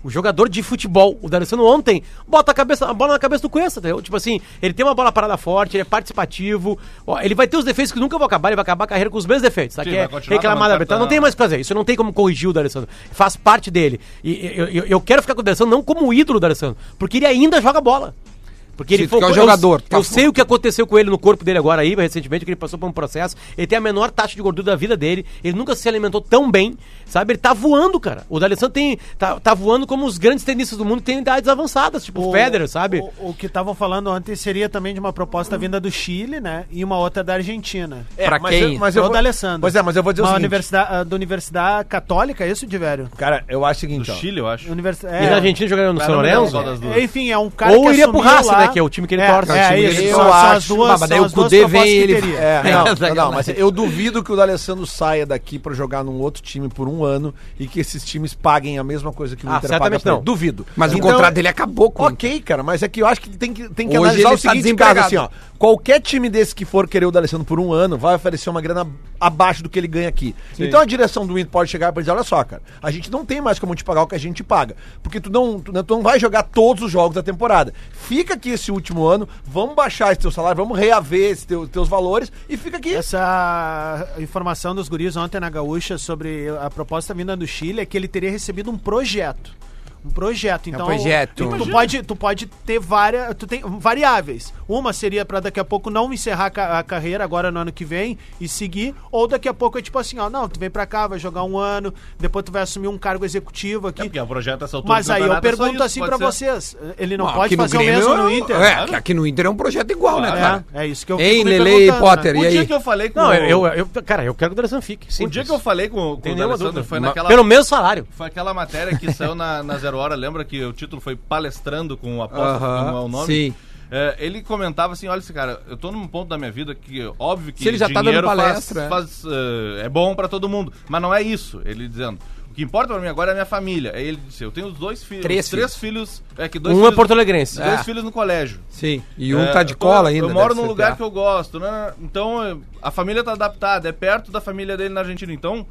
S5: O jogador de futebol, o D'Alessandro ontem, bota a, cabeça, a bola na cabeça do Cuesta, entendeu? Tipo assim, ele tem uma bola parada forte, ele é participativo, ó, ele vai ter os defeitos que nunca vão acabar, ele vai acabar a carreira com os mesmos defeitos, tá?
S3: Sim,
S5: Que
S3: vai
S5: é
S3: continuar
S5: reclamar
S3: tomando
S5: da arbitragem, não
S3: cartão.
S5: tem mais o que fazer, isso não tem como corrigir o D'Alessandro, faz parte dele. E eu, eu- eu quero ficar com o D'Alessandro não como ídolo do D'Alessandro, porque ele ainda joga bola. Porque ele
S2: Sim, porque é um
S5: eu-
S2: jogador, tá
S5: eu sei o que aconteceu com ele no corpo dele agora aí, recentemente, que ele passou por um processo. Ele tem a menor taxa de gordura da vida dele. Ele nunca se alimentou tão bem, sabe? Ele tá voando, cara. O D'Alessandro tem tá, tá voando como os grandes tenistas do mundo que têm idades avançadas, tipo o Federer, sabe?
S6: O, o que estavam falando ontem seria também de uma proposta vinda do Chile, né? E uma outra da Argentina.
S4: É,
S2: Pra
S4: mas
S2: quem?
S4: Eu, mas
S6: Pro
S4: eu vou,
S6: D'Alessandro.
S4: Pois é, mas eu vou dizer
S6: Uma
S4: o seguinte.
S6: universidade, ah, da Universidade Católica, é isso, Diverio? é.
S4: Cara, eu acho o seguinte, ó.
S3: Chile, eu acho.
S6: Universidade.
S5: E na Argentina jogando no
S3: Tá,
S5: São
S3: não me lembro
S5: Lourenço.
S3: qual das duas.
S6: Enfim, é um cara
S5: Ou iria pro
S6: assumiu
S5: Racing, né, que é o time que Ah, ele
S6: é,
S5: torce.
S6: É,
S5: É o time
S6: isso,
S4: dele.
S6: são,
S4: Eu
S6: são as
S2: acho.
S6: duas,
S2: Mas daí
S6: são
S2: o
S6: as duas
S2: Kudê
S6: propostas
S2: vem e
S6: que
S2: ele-
S4: <laughs>
S6: teria.
S4: É,
S2: É,
S4: não,
S2: aquela-
S4: não, mas eu duvido que o D'Alessandro saia daqui pra jogar num outro time por um ano e que esses times paguem a mesma coisa que o
S5: Ah,
S4: Inter paga
S5: certamente
S4: pra ele.
S5: não.
S4: Duvido.
S2: Mas
S4: Então,
S2: o contrato dele acabou com o Inter.
S4: Ok, cara, mas é que eu acho que tem que, tem que
S2: Hoje
S4: analisar
S2: ele
S4: o
S2: tá
S4: seguinte, cara, assim,
S2: desempregado.
S4: ó. Qualquer time desse que for querer o D'Alessandro por um ano vai oferecer uma grana abaixo do que ele ganha aqui. Então a direção do Inter pode chegar e dizer, olha só, cara, a gente não tem mais como te pagar o que a gente paga. Porque tu não, tu, não- tu não vai jogar todos os jogos da temporada. Fica aqui esse último ano, vamos baixar esse teu salário, vamos reaver esses teu- teus valores e fica aqui.
S6: Essa informação dos guris ontem na Gaúcha sobre a proposta vinda do Chile é que ele teria recebido um projeto. Um projeto, então.
S2: projeto.
S6: Tu pode, tu pode ter várias. Tu tem variáveis. Uma seria pra daqui a pouco não encerrar a ca- a carreira agora no ano que vem e seguir. Ou daqui a pouco é tipo assim, ó, não, tu vem pra cá, vai jogar um ano, depois tu vai assumir um cargo executivo
S3: É
S6: aqui.
S3: porque o projeto é essa altura
S6: Mas
S3: do
S6: aí eu
S3: campeonato, é só
S6: pergunto
S3: isso,
S6: assim
S3: pode
S6: pra
S3: ser.
S6: vocês. Ele não
S2: Ah,
S6: pode fazer o mesmo no Inter.
S2: É,
S6: sabe?
S2: que aqui no Inter é um projeto igual, né, cara?
S6: É, é isso que eu
S2: Ei,
S6: fico me
S2: Lele e
S6: perguntando, né?
S2: Potter,
S3: O
S2: e
S3: dia
S2: aí?
S3: que eu falei com
S5: Não,
S3: o...
S5: eu, eu, eu- cara, eu quero que o D'Alessandro fique.
S3: O
S5: simples.
S3: dia que eu falei com, com
S5: Tem
S3: o
S5: nenhuma
S3: D'Alessandro
S5: dúvida.
S3: foi
S5: Mas
S3: naquela...
S5: Pelo mesmo salário.
S3: Foi aquela matéria que saiu na, na Zero Hora, lembra que o título foi Palestrando com o Apóstolo,
S2: Aham,
S3: que não é o nome?
S2: sim.
S3: É, ele comentava assim, olha esse cara, eu tô num ponto da minha vida que, óbvio que
S2: Se ele já tá dando
S3: dinheiro
S2: palestra,
S3: faz, faz, eh, é bom pra todo mundo, mas não é isso, ele dizendo. O que importa pra mim agora é a minha família. Aí ele disse, eu tenho os dois filhos,
S2: Três
S3: os três filhos, é que dois
S5: Um é
S3: filhos,
S5: porto-alegrense.
S3: dois
S2: É.
S3: filhos no colégio.
S2: Sim. E um
S3: É,
S2: tá de
S3: eu tô-
S2: cola ainda.
S3: Eu moro
S2: deve
S3: num
S2: ser,
S3: lugar
S2: tá?
S3: que eu gosto, né? Então, eu- a família tá adaptada, é perto da família dele na Argentina. Então,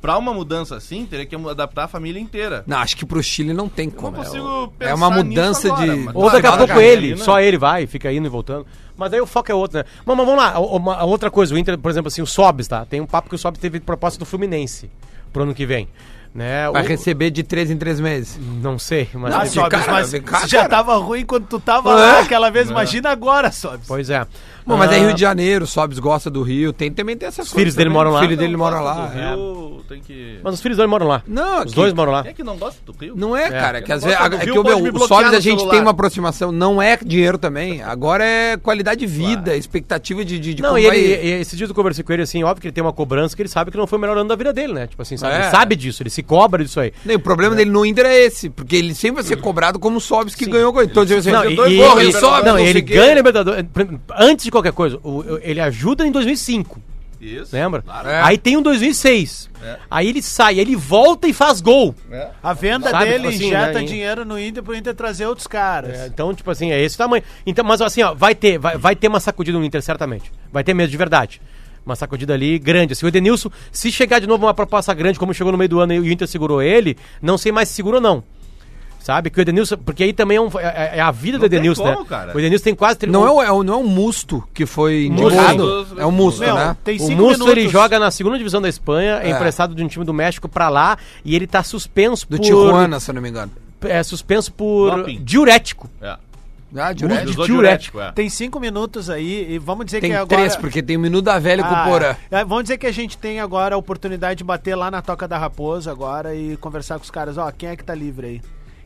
S3: pra uma mudança assim, teria que adaptar a família inteira.
S2: Não, acho que pro Chile não tem como. é
S3: consigo
S2: o- é,
S3: pensar
S2: uma
S3: nisso
S2: mudança
S3: agora,
S2: de.
S3: mas-
S5: Ou
S3: Não,
S5: daqui a
S3: vai
S5: pouco
S3: jogar
S5: ele,
S3: ele, né?
S5: só ele vai, fica indo e voltando. Mas aí o foco é outro, né? Mas, mas vamos lá, o- uma, a outra coisa, o Inter, por exemplo, assim, o Sobs, tá? Tem um papo que o Sobs teve proposta do Fluminense pro ano que vem. Né?
S2: Vai
S5: O-
S2: receber de três em três meses.
S5: Não sei, mas.
S6: Ah,
S2: Não,
S6: Sobs,
S2: cara,
S6: mas
S2: vem cá,
S6: se já
S2: cara. É?
S6: tava ruim quando tu tava lá aquela vez, imagina agora, Sobs.
S5: Pois é.
S2: Bom, mas é
S5: Ah,
S2: Rio de Janeiro, Sobes gosta do Rio, tem também tem essas
S5: Os filhos dele
S2: também.
S5: moram lá.
S2: Os filhos dele moram
S3: Gosta
S2: lá.
S3: do
S2: é.
S3: Rio, tem que...
S5: Mas os filhos dele moram lá.
S2: Não,
S5: Os
S2: que-
S5: dois moram lá.
S3: Quem é que não gosta do Rio?
S2: Não é, cara. É que às
S3: Quem
S2: vezes.
S3: gosta do
S2: É que
S3: Rio
S2: o,
S3: pode me
S2: meu, o
S3: bloquear
S2: Sobs
S3: no
S2: a gente
S3: celular.
S2: tem uma aproximação. Não é dinheiro também. Agora é qualidade de vida, expectativa de, de, de
S5: Não,
S2: como
S5: e ele,
S2: vai-
S5: e- esse dia eu conversei com ele, assim, óbvio que ele tem uma cobrança que ele sabe que não foi o melhor ano da vida dele, né? Tipo assim, sabe?
S2: É.
S5: Ele sabe disso, ele se cobra disso aí.
S2: Não, o problema dele no Inter é esse, porque ele sempre vai ser cobrado como o Sobs que ganhou. Então, tipo assim,
S5: Não,
S2: eu
S5: e,
S2: tô-
S5: e-
S2: porra,
S5: e-
S2: e Sobs,
S5: não,
S2: sei
S5: ele
S2: o quê.
S5: ganha a Libertadores. Antes de qualquer coisa, o- o- ele ajuda em 2005.
S3: Isso.
S5: Lembra?
S3: Claro.
S2: É.
S5: Aí tem um 2006.
S3: É.
S5: Aí ele sai, aí ele volta e faz gol.
S3: É.
S6: A venda
S5: Sabe,
S6: dele
S5: tipo assim,
S6: injeta
S5: né, e-
S6: dinheiro no Inter pro Inter trazer outros caras.
S5: É, então, tipo assim, é esse o tamanho. Então, mas assim, ó, vai ter, vai, vai ter uma sacudida no Inter, certamente. Vai ter mesmo, de verdade. Uma sacudida ali grande. Assim, o Edenilson, se chegar de novo uma proposta grande, como chegou no meio do ano e o Inter segurou ele, não sei mais se segurou ou não. Sabe? Que o Edenilson. Porque aí também é, um- é- é a vida do
S3: tem
S5: Edenilson,
S3: como,
S5: né?
S3: cara.
S5: O Edenilson tem quase.
S2: Não é, o, é o- não é o Musto que foi
S5: Musto.
S2: indicado? É o Musto,
S6: Meu,
S2: né?
S6: tem
S5: O
S6: cinco
S5: Musto ele
S6: minutos.
S5: joga na segunda divisão da Espanha, é,
S2: É.
S5: emprestado de um time do México pra lá e ele tá suspenso
S2: Do
S5: por
S2: Tijuana, se eu não me engano.
S5: é suspenso por
S3: Doping.
S5: diurético.
S3: É.
S2: Ah, direto.
S5: diurético.
S3: Usou diurético, é.
S6: Tem cinco minutos aí e vamos dizer
S2: Tem
S6: que agora...
S2: três, porque tem o Minuto da Velha com
S6: Ah,
S2: o Porã.
S6: é, vamos dizer que a gente tem agora a oportunidade de bater lá na Toca da Raposa agora e conversar com os caras. Ó, quem é que tá livre aí?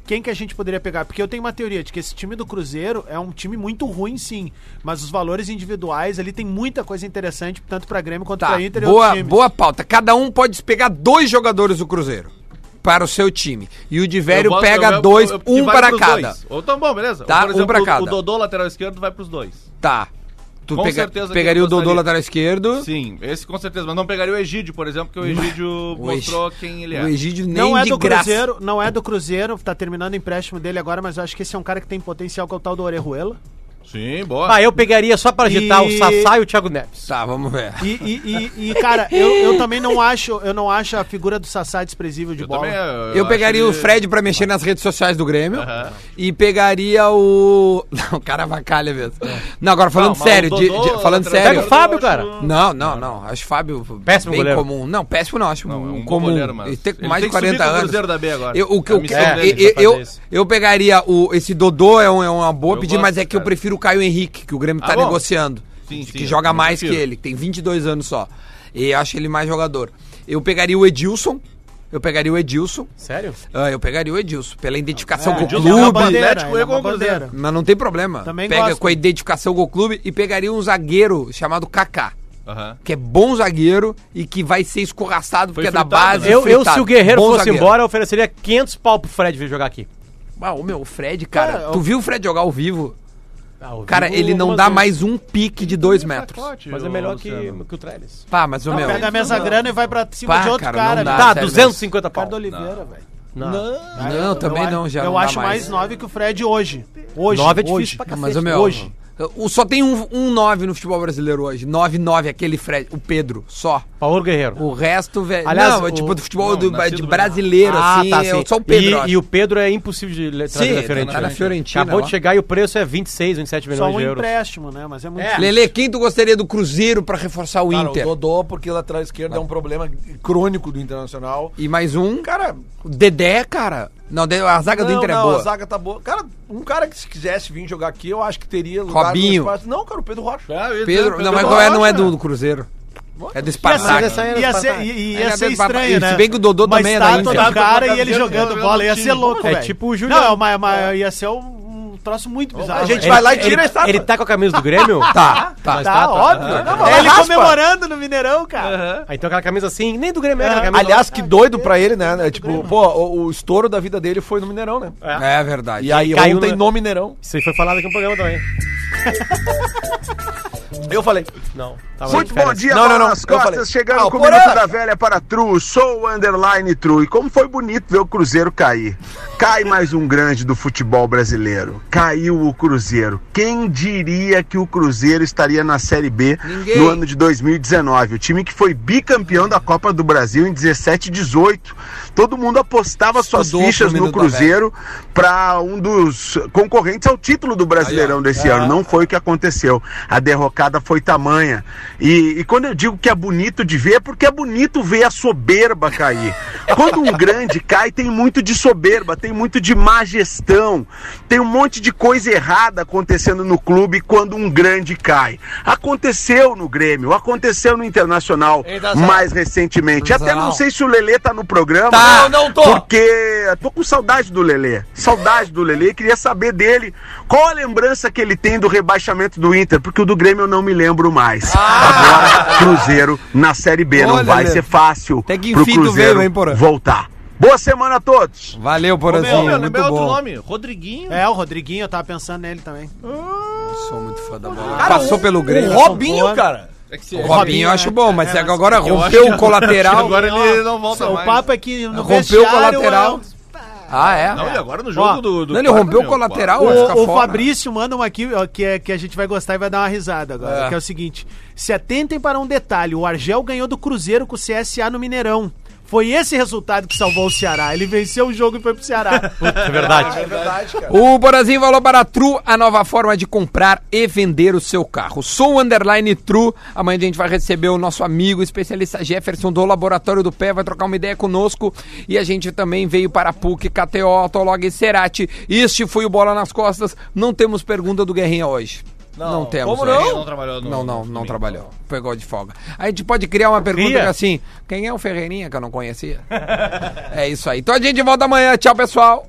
S6: quem que a gente poderia pegar? Porque eu tenho uma teoria de que esse time do Cruzeiro é um time muito ruim, sim. Mas os valores individuais ali tem muita coisa interessante, tanto pra Grêmio quanto
S2: Tá,
S6: pra
S3: é
S6: Inter e
S2: boa,
S6: outros times.
S2: boa pauta. Cada um pode pegar dois jogadores do Cruzeiro para o seu time. E o
S3: Eu
S2: Divério
S3: boto-
S2: pega
S3: eu- eu-
S2: dois,
S3: eu- que
S2: um
S3: vai
S2: para
S3: pros
S2: cada.
S3: dois. Ou então, bom, beleza.
S2: Tá,
S3: Ou,
S2: um pra cada.
S3: O, o Dodô, lateral esquerdo, vai pros dois.
S2: Tá. Tu
S3: Com
S2: pega-
S3: certeza que
S2: pegaria
S3: eu
S2: o Dodô
S3: gostaria.
S2: lateral esquerdo.
S3: Sim, esse com certeza. Mas não pegaria o Egídio, por exemplo, porque o Egídio
S2: O Egi-
S3: mostrou quem ele é.
S2: O Egídio nem
S6: Não é
S2: de
S6: do
S2: graça.
S6: Cruzeiro, não é do Cruzeiro, tá terminando o empréstimo dele agora, mas eu acho que esse é um cara que tem potencial que é o tal do Orejuela.
S3: Sim, boa.
S5: Ah, eu pegaria só pra agitar
S6: E-
S5: o Sassá e o Thiago Neves.
S2: Tá, vamos ver.
S6: E, e- e- e, cara, eu, eu também não acho, eu não acho a figura do Sassá desprezível de bola.
S3: também,
S2: Eu, pegaria
S3: acho
S2: o
S3: que-
S2: Fred pra mexer nas redes sociais do Grêmio.
S3: Aham.
S2: E pegaria o. <laughs> Não, o cara vacalha mesmo. Não, agora
S3: É. Não,
S2: falando
S3: mas o
S2: sério. de-
S3: Dodô,
S2: de- falando
S3: lateral
S2: sério.
S5: Pega o Fábio,
S3: eu acho-
S5: cara.
S2: Não, não, não. Acho Fábio
S5: Péssimo
S2: bem
S5: goleiro.
S2: comum. Não, péssimo não. Acho
S3: Não, é um bom
S2: comum.
S3: goleiro, mas
S2: Ele tem
S3: ele
S2: mais
S3: tem
S2: de
S3: que subir
S2: 40
S3: pro
S2: anos.
S3: Cruzeiro da B agora.
S2: Eu, o que
S3: É a
S2: eu,
S3: missão
S2: eu-
S3: dele
S2: eu,
S3: pra
S2: eu,
S3: fazer isso.
S2: eu pegaria o, esse Dodô, é, um- é uma boa
S3: Eu
S2: pedida,
S3: gosto,
S2: mas é que eu
S3: cara.
S2: prefiro o Caio Henrique, que o Grêmio
S3: Ah,
S2: tá
S3: bom.
S2: negociando.
S3: Sim,
S2: que
S3: sim, eu
S2: joga
S3: também
S2: mais que
S3: prefiro.
S2: ele, que tem 22 anos só. E eu acho ele mais jogador. Eu pegaria o Edilson. Eu pegaria o Edilson.
S5: Sério?
S2: Ah, eu pegaria o Edilson, pela identificação com o
S3: Edilson
S2: clube.
S3: é uma
S6: Bandeira,
S3: Atlético
S6: ele é
S3: e
S6: uma
S3: com o Cruzeiro.
S6: bandeira.
S2: Mas não tem problema.
S6: Também
S2: Pega
S6: gosto.
S2: com a identificação com o clube e pegaria um zagueiro chamado Kaká,
S3: Aham.
S2: que é bom zagueiro e que vai ser escorraçado porque
S3: Foi
S2: é da
S3: fritado,
S2: base.
S3: né?
S5: Eu, eu,
S2: fritado.
S5: se o Guerreiro
S2: Bom
S5: fosse
S2: zagueiro.
S5: embora, eu ofereceria 500 pau pro Fred vir jogar aqui.
S2: Ah, o meu, o Fred, cara. tu viu o Fred jogar ao vivo?
S5: Ah, o
S2: Cara,
S5: Vigo
S2: ele não
S5: algumas
S2: dá
S5: vezes.
S2: mais um pique de dois metros.
S3: Pacote,
S5: Mas é
S3: ô,
S5: melhor que,
S3: Luciano.
S5: que o Trellis.
S2: Tá, mas o meu.
S6: Pega a mesma grana e vai pra cima
S2: Pá,
S6: de outro
S2: cara,
S6: cara, né?
S2: não dá,
S6: velho.
S5: Tá,
S2: sério,
S5: 250 pau.
S6: Ricardo Oliveira, velho.
S5: Não.
S2: Não, também
S6: eu,
S2: não, já
S6: Eu
S2: não dá
S6: acho mais 9 que o Fred hoje. Hoje.
S5: Nove é difícil
S6: hoje.
S5: pra
S2: Não, mas o meu.
S6: Hoje.
S2: o- só tem um, um 9 no futebol brasileiro hoje. 9-9, aquele Fred. O Pedro, só.
S5: Paulo Guerreiro.
S2: O resto, velho.
S5: Aliás,
S2: Não, é
S5: o- Ah,
S2: tipo do futebol
S3: não,
S2: do-
S3: nascido
S2: de
S3: no
S2: brasileiro, assim. é
S5: tá, sim.
S2: só o Pedro. eu
S5: E,
S2: acho.
S5: e o Pedro é impossível de le- trazer
S2: Sim,
S5: da
S2: tá
S5: Fiorentina.
S2: na Fiorentina,
S5: Acabou
S2: ó.
S5: de chegar e o preço é 26, 27
S6: Só
S5: milhões
S6: um
S5: de euros.
S6: empréstimo, né? Mas é muito
S5: É.
S6: difícil.
S2: Lelê, quem tu gostaria do Cruzeiro pra reforçar é o
S4: Cara,
S2: Inter?
S4: o Dodô, porque lateral esquerdo é um problema crônico do Internacional.
S2: E mais um.
S4: Cara,
S2: O Dedé, cara. Não, de- a zaga do
S4: não,
S2: Inter
S4: não,
S2: é boa.
S4: a zaga tá boa. Cara, um cara que se quisesse vir jogar aqui, eu acho que teria lugar
S2: Robinho.
S4: no espaço. Não, cara, o Pedro Rocha.
S3: Ah, eu-
S2: Pedro, não, mas
S3: eu
S2: qual é, não é
S3: acho,
S2: do, do Cruzeiro. É do
S6: Ia ser,
S2: Spartak.
S6: ia ser, ia- ia
S2: Era
S6: ser
S2: do Papa-
S6: estranho, né?
S2: Se bem que o Dodô
S6: Uma
S2: também é da
S6: estátua
S2: Inter.
S6: do cara e ele
S3: Camiseta
S6: jogando
S3: do
S6: bola. Ia
S3: time.
S6: ser louco,
S5: É
S6: velho.
S5: tipo o Juliano.
S6: Não, é uma- uma- ia ser um, um troço muito bizarro.
S4: A gente
S5: Ele-
S4: vai lá e tira
S5: ele-
S4: a estátua.
S5: Ele tá com a camisa do Grêmio?
S2: Tá, tá.
S6: Tá, óbvio.
S4: mas
S6: É ele
S4: raspa.
S6: comemorando no Mineirão, cara.
S5: Ah, então aquela camisa assim, nem do Grêmio era
S6: É.
S5: aquela camisa.
S4: Aliás, que doido pra ele, né? né? Tipo, pô, o, o estouro da vida dele foi no Mineirão, né?
S2: É verdade.
S4: E aí
S5: Caiu
S4: ontem
S5: no-
S4: no Mineirão.
S5: Isso aí foi falado aqui no programa também.
S4: Eu falei.
S5: Não. tava de
S10: Muito bom
S5: férias.
S10: dia,
S4: Não,
S10: bola
S4: não, não,
S10: nas
S4: eu
S10: costas,
S4: falei.
S10: chegando
S4: Ah, o
S10: com o
S4: Porã!
S10: Minuto da Velha para Tru, sou o underline Tru, e como foi bonito ver o Cruzeiro cair. Cai mais um grande do futebol brasileiro, caiu o Cruzeiro. Quem diria que o Cruzeiro estaria na Série B
S2: Ninguém.
S10: no ano de 2019? O time que foi bicampeão da Copa do Brasil em 17 e 18. Todo mundo apostava suas
S2: Estudou pro
S10: fichas no
S2: Minuto da Velha.
S10: Cruzeiro brasileiro para um dos concorrentes ao título do Brasileirão desse
S2: Ah.
S10: ano. Não foi o que aconteceu. A derrocada foi tamanha. E, e quando eu digo que é bonito de ver, é porque é bonito ver a soberba
S2: <laughs>
S10: cair. Quando um grande cai, tem muito de soberba, tem muito de má gestão, tem um monte de coisa errada acontecendo no clube quando um grande cai. Aconteceu no Grêmio, aconteceu no Internacional, mais recentemente. Até não sei se o Lelê tá no programa.
S2: Tá, não tô.
S10: Porque tô com saudade do Lelê. Saudade do Lelê. Queria saber dele qual a lembrança que ele tem do rebaixamento do Inter. Porque o do Grêmio eu não me lembro mais. Agora, Cruzeiro na Série B.
S2: Ah. Olha,
S10: não vai
S2: Lelê.
S10: ser fácil
S2: Até que
S10: pro
S2: enfim tu
S10: Cruzeiro
S2: veio, hein, Porã?
S10: voltar. Boa semana a todos.
S2: Valeu,
S3: Ô, meu,
S2: Porazinho.
S3: meu,
S2: Muito
S3: lembrei outro
S2: bom.
S3: nome. Rodriguinho.
S6: É, o Rodriguinho, eu tava pensando nele também.
S2: Sou muito fã da bola. Passou pelo Grêmio.
S4: O Robinho, cara.
S3: É que se-
S2: O Robinho eu acho bom, mas é que agora
S3: eu acho
S2: rompeu
S3: que-
S2: o colateral.
S3: Agora ele não volta
S6: O
S3: mais.
S6: papo é que no
S2: Rompeu o
S6: vestiário,
S2: colateral. Ah, é?
S3: Não, e agora no jogo
S6: Ó,
S3: do, do
S2: Não, ele
S3: quarto,
S2: rompeu o
S3: meu,
S2: colateral. vai ficar
S6: O, o
S2: fora.
S6: Fabrício manda uma aqui ó, que, é, que a gente vai gostar e vai dar uma risada agora,
S2: É.
S6: que é o seguinte. Se atentem para um detalhe, o Argel ganhou do Cruzeiro com o CSA no Mineirão. Foi esse resultado que salvou o Ceará. Ele venceu o jogo e foi
S2: <laughs>
S6: pro Ceará.
S5: É verdade.
S2: O Borazinho falou para a Tru a nova forma de comprar e vender o seu carro. Sou o Underline Tru. Amanhã a gente vai receber o nosso amigo especialista Jefferson do Laboratório do Pé, vai trocar uma ideia conosco. E a gente também veio para a PUC, KTO, Autolog e Cerati. Este foi o Bola nas Costas. Não temos pergunta do Guerrinha hoje. Não, temos.
S4: como
S2: hoje.
S3: Ele não trabalhou no-
S2: Não, não, não
S3: no-
S2: trabalhou. Pegou de folga. A gente pode criar uma pergunta
S5: Cria.
S2: que é <laughs> assim: quem é o Ferreirinha que eu não conhecia? é isso aí. Então a gente volta amanhã. Tchau, pessoal.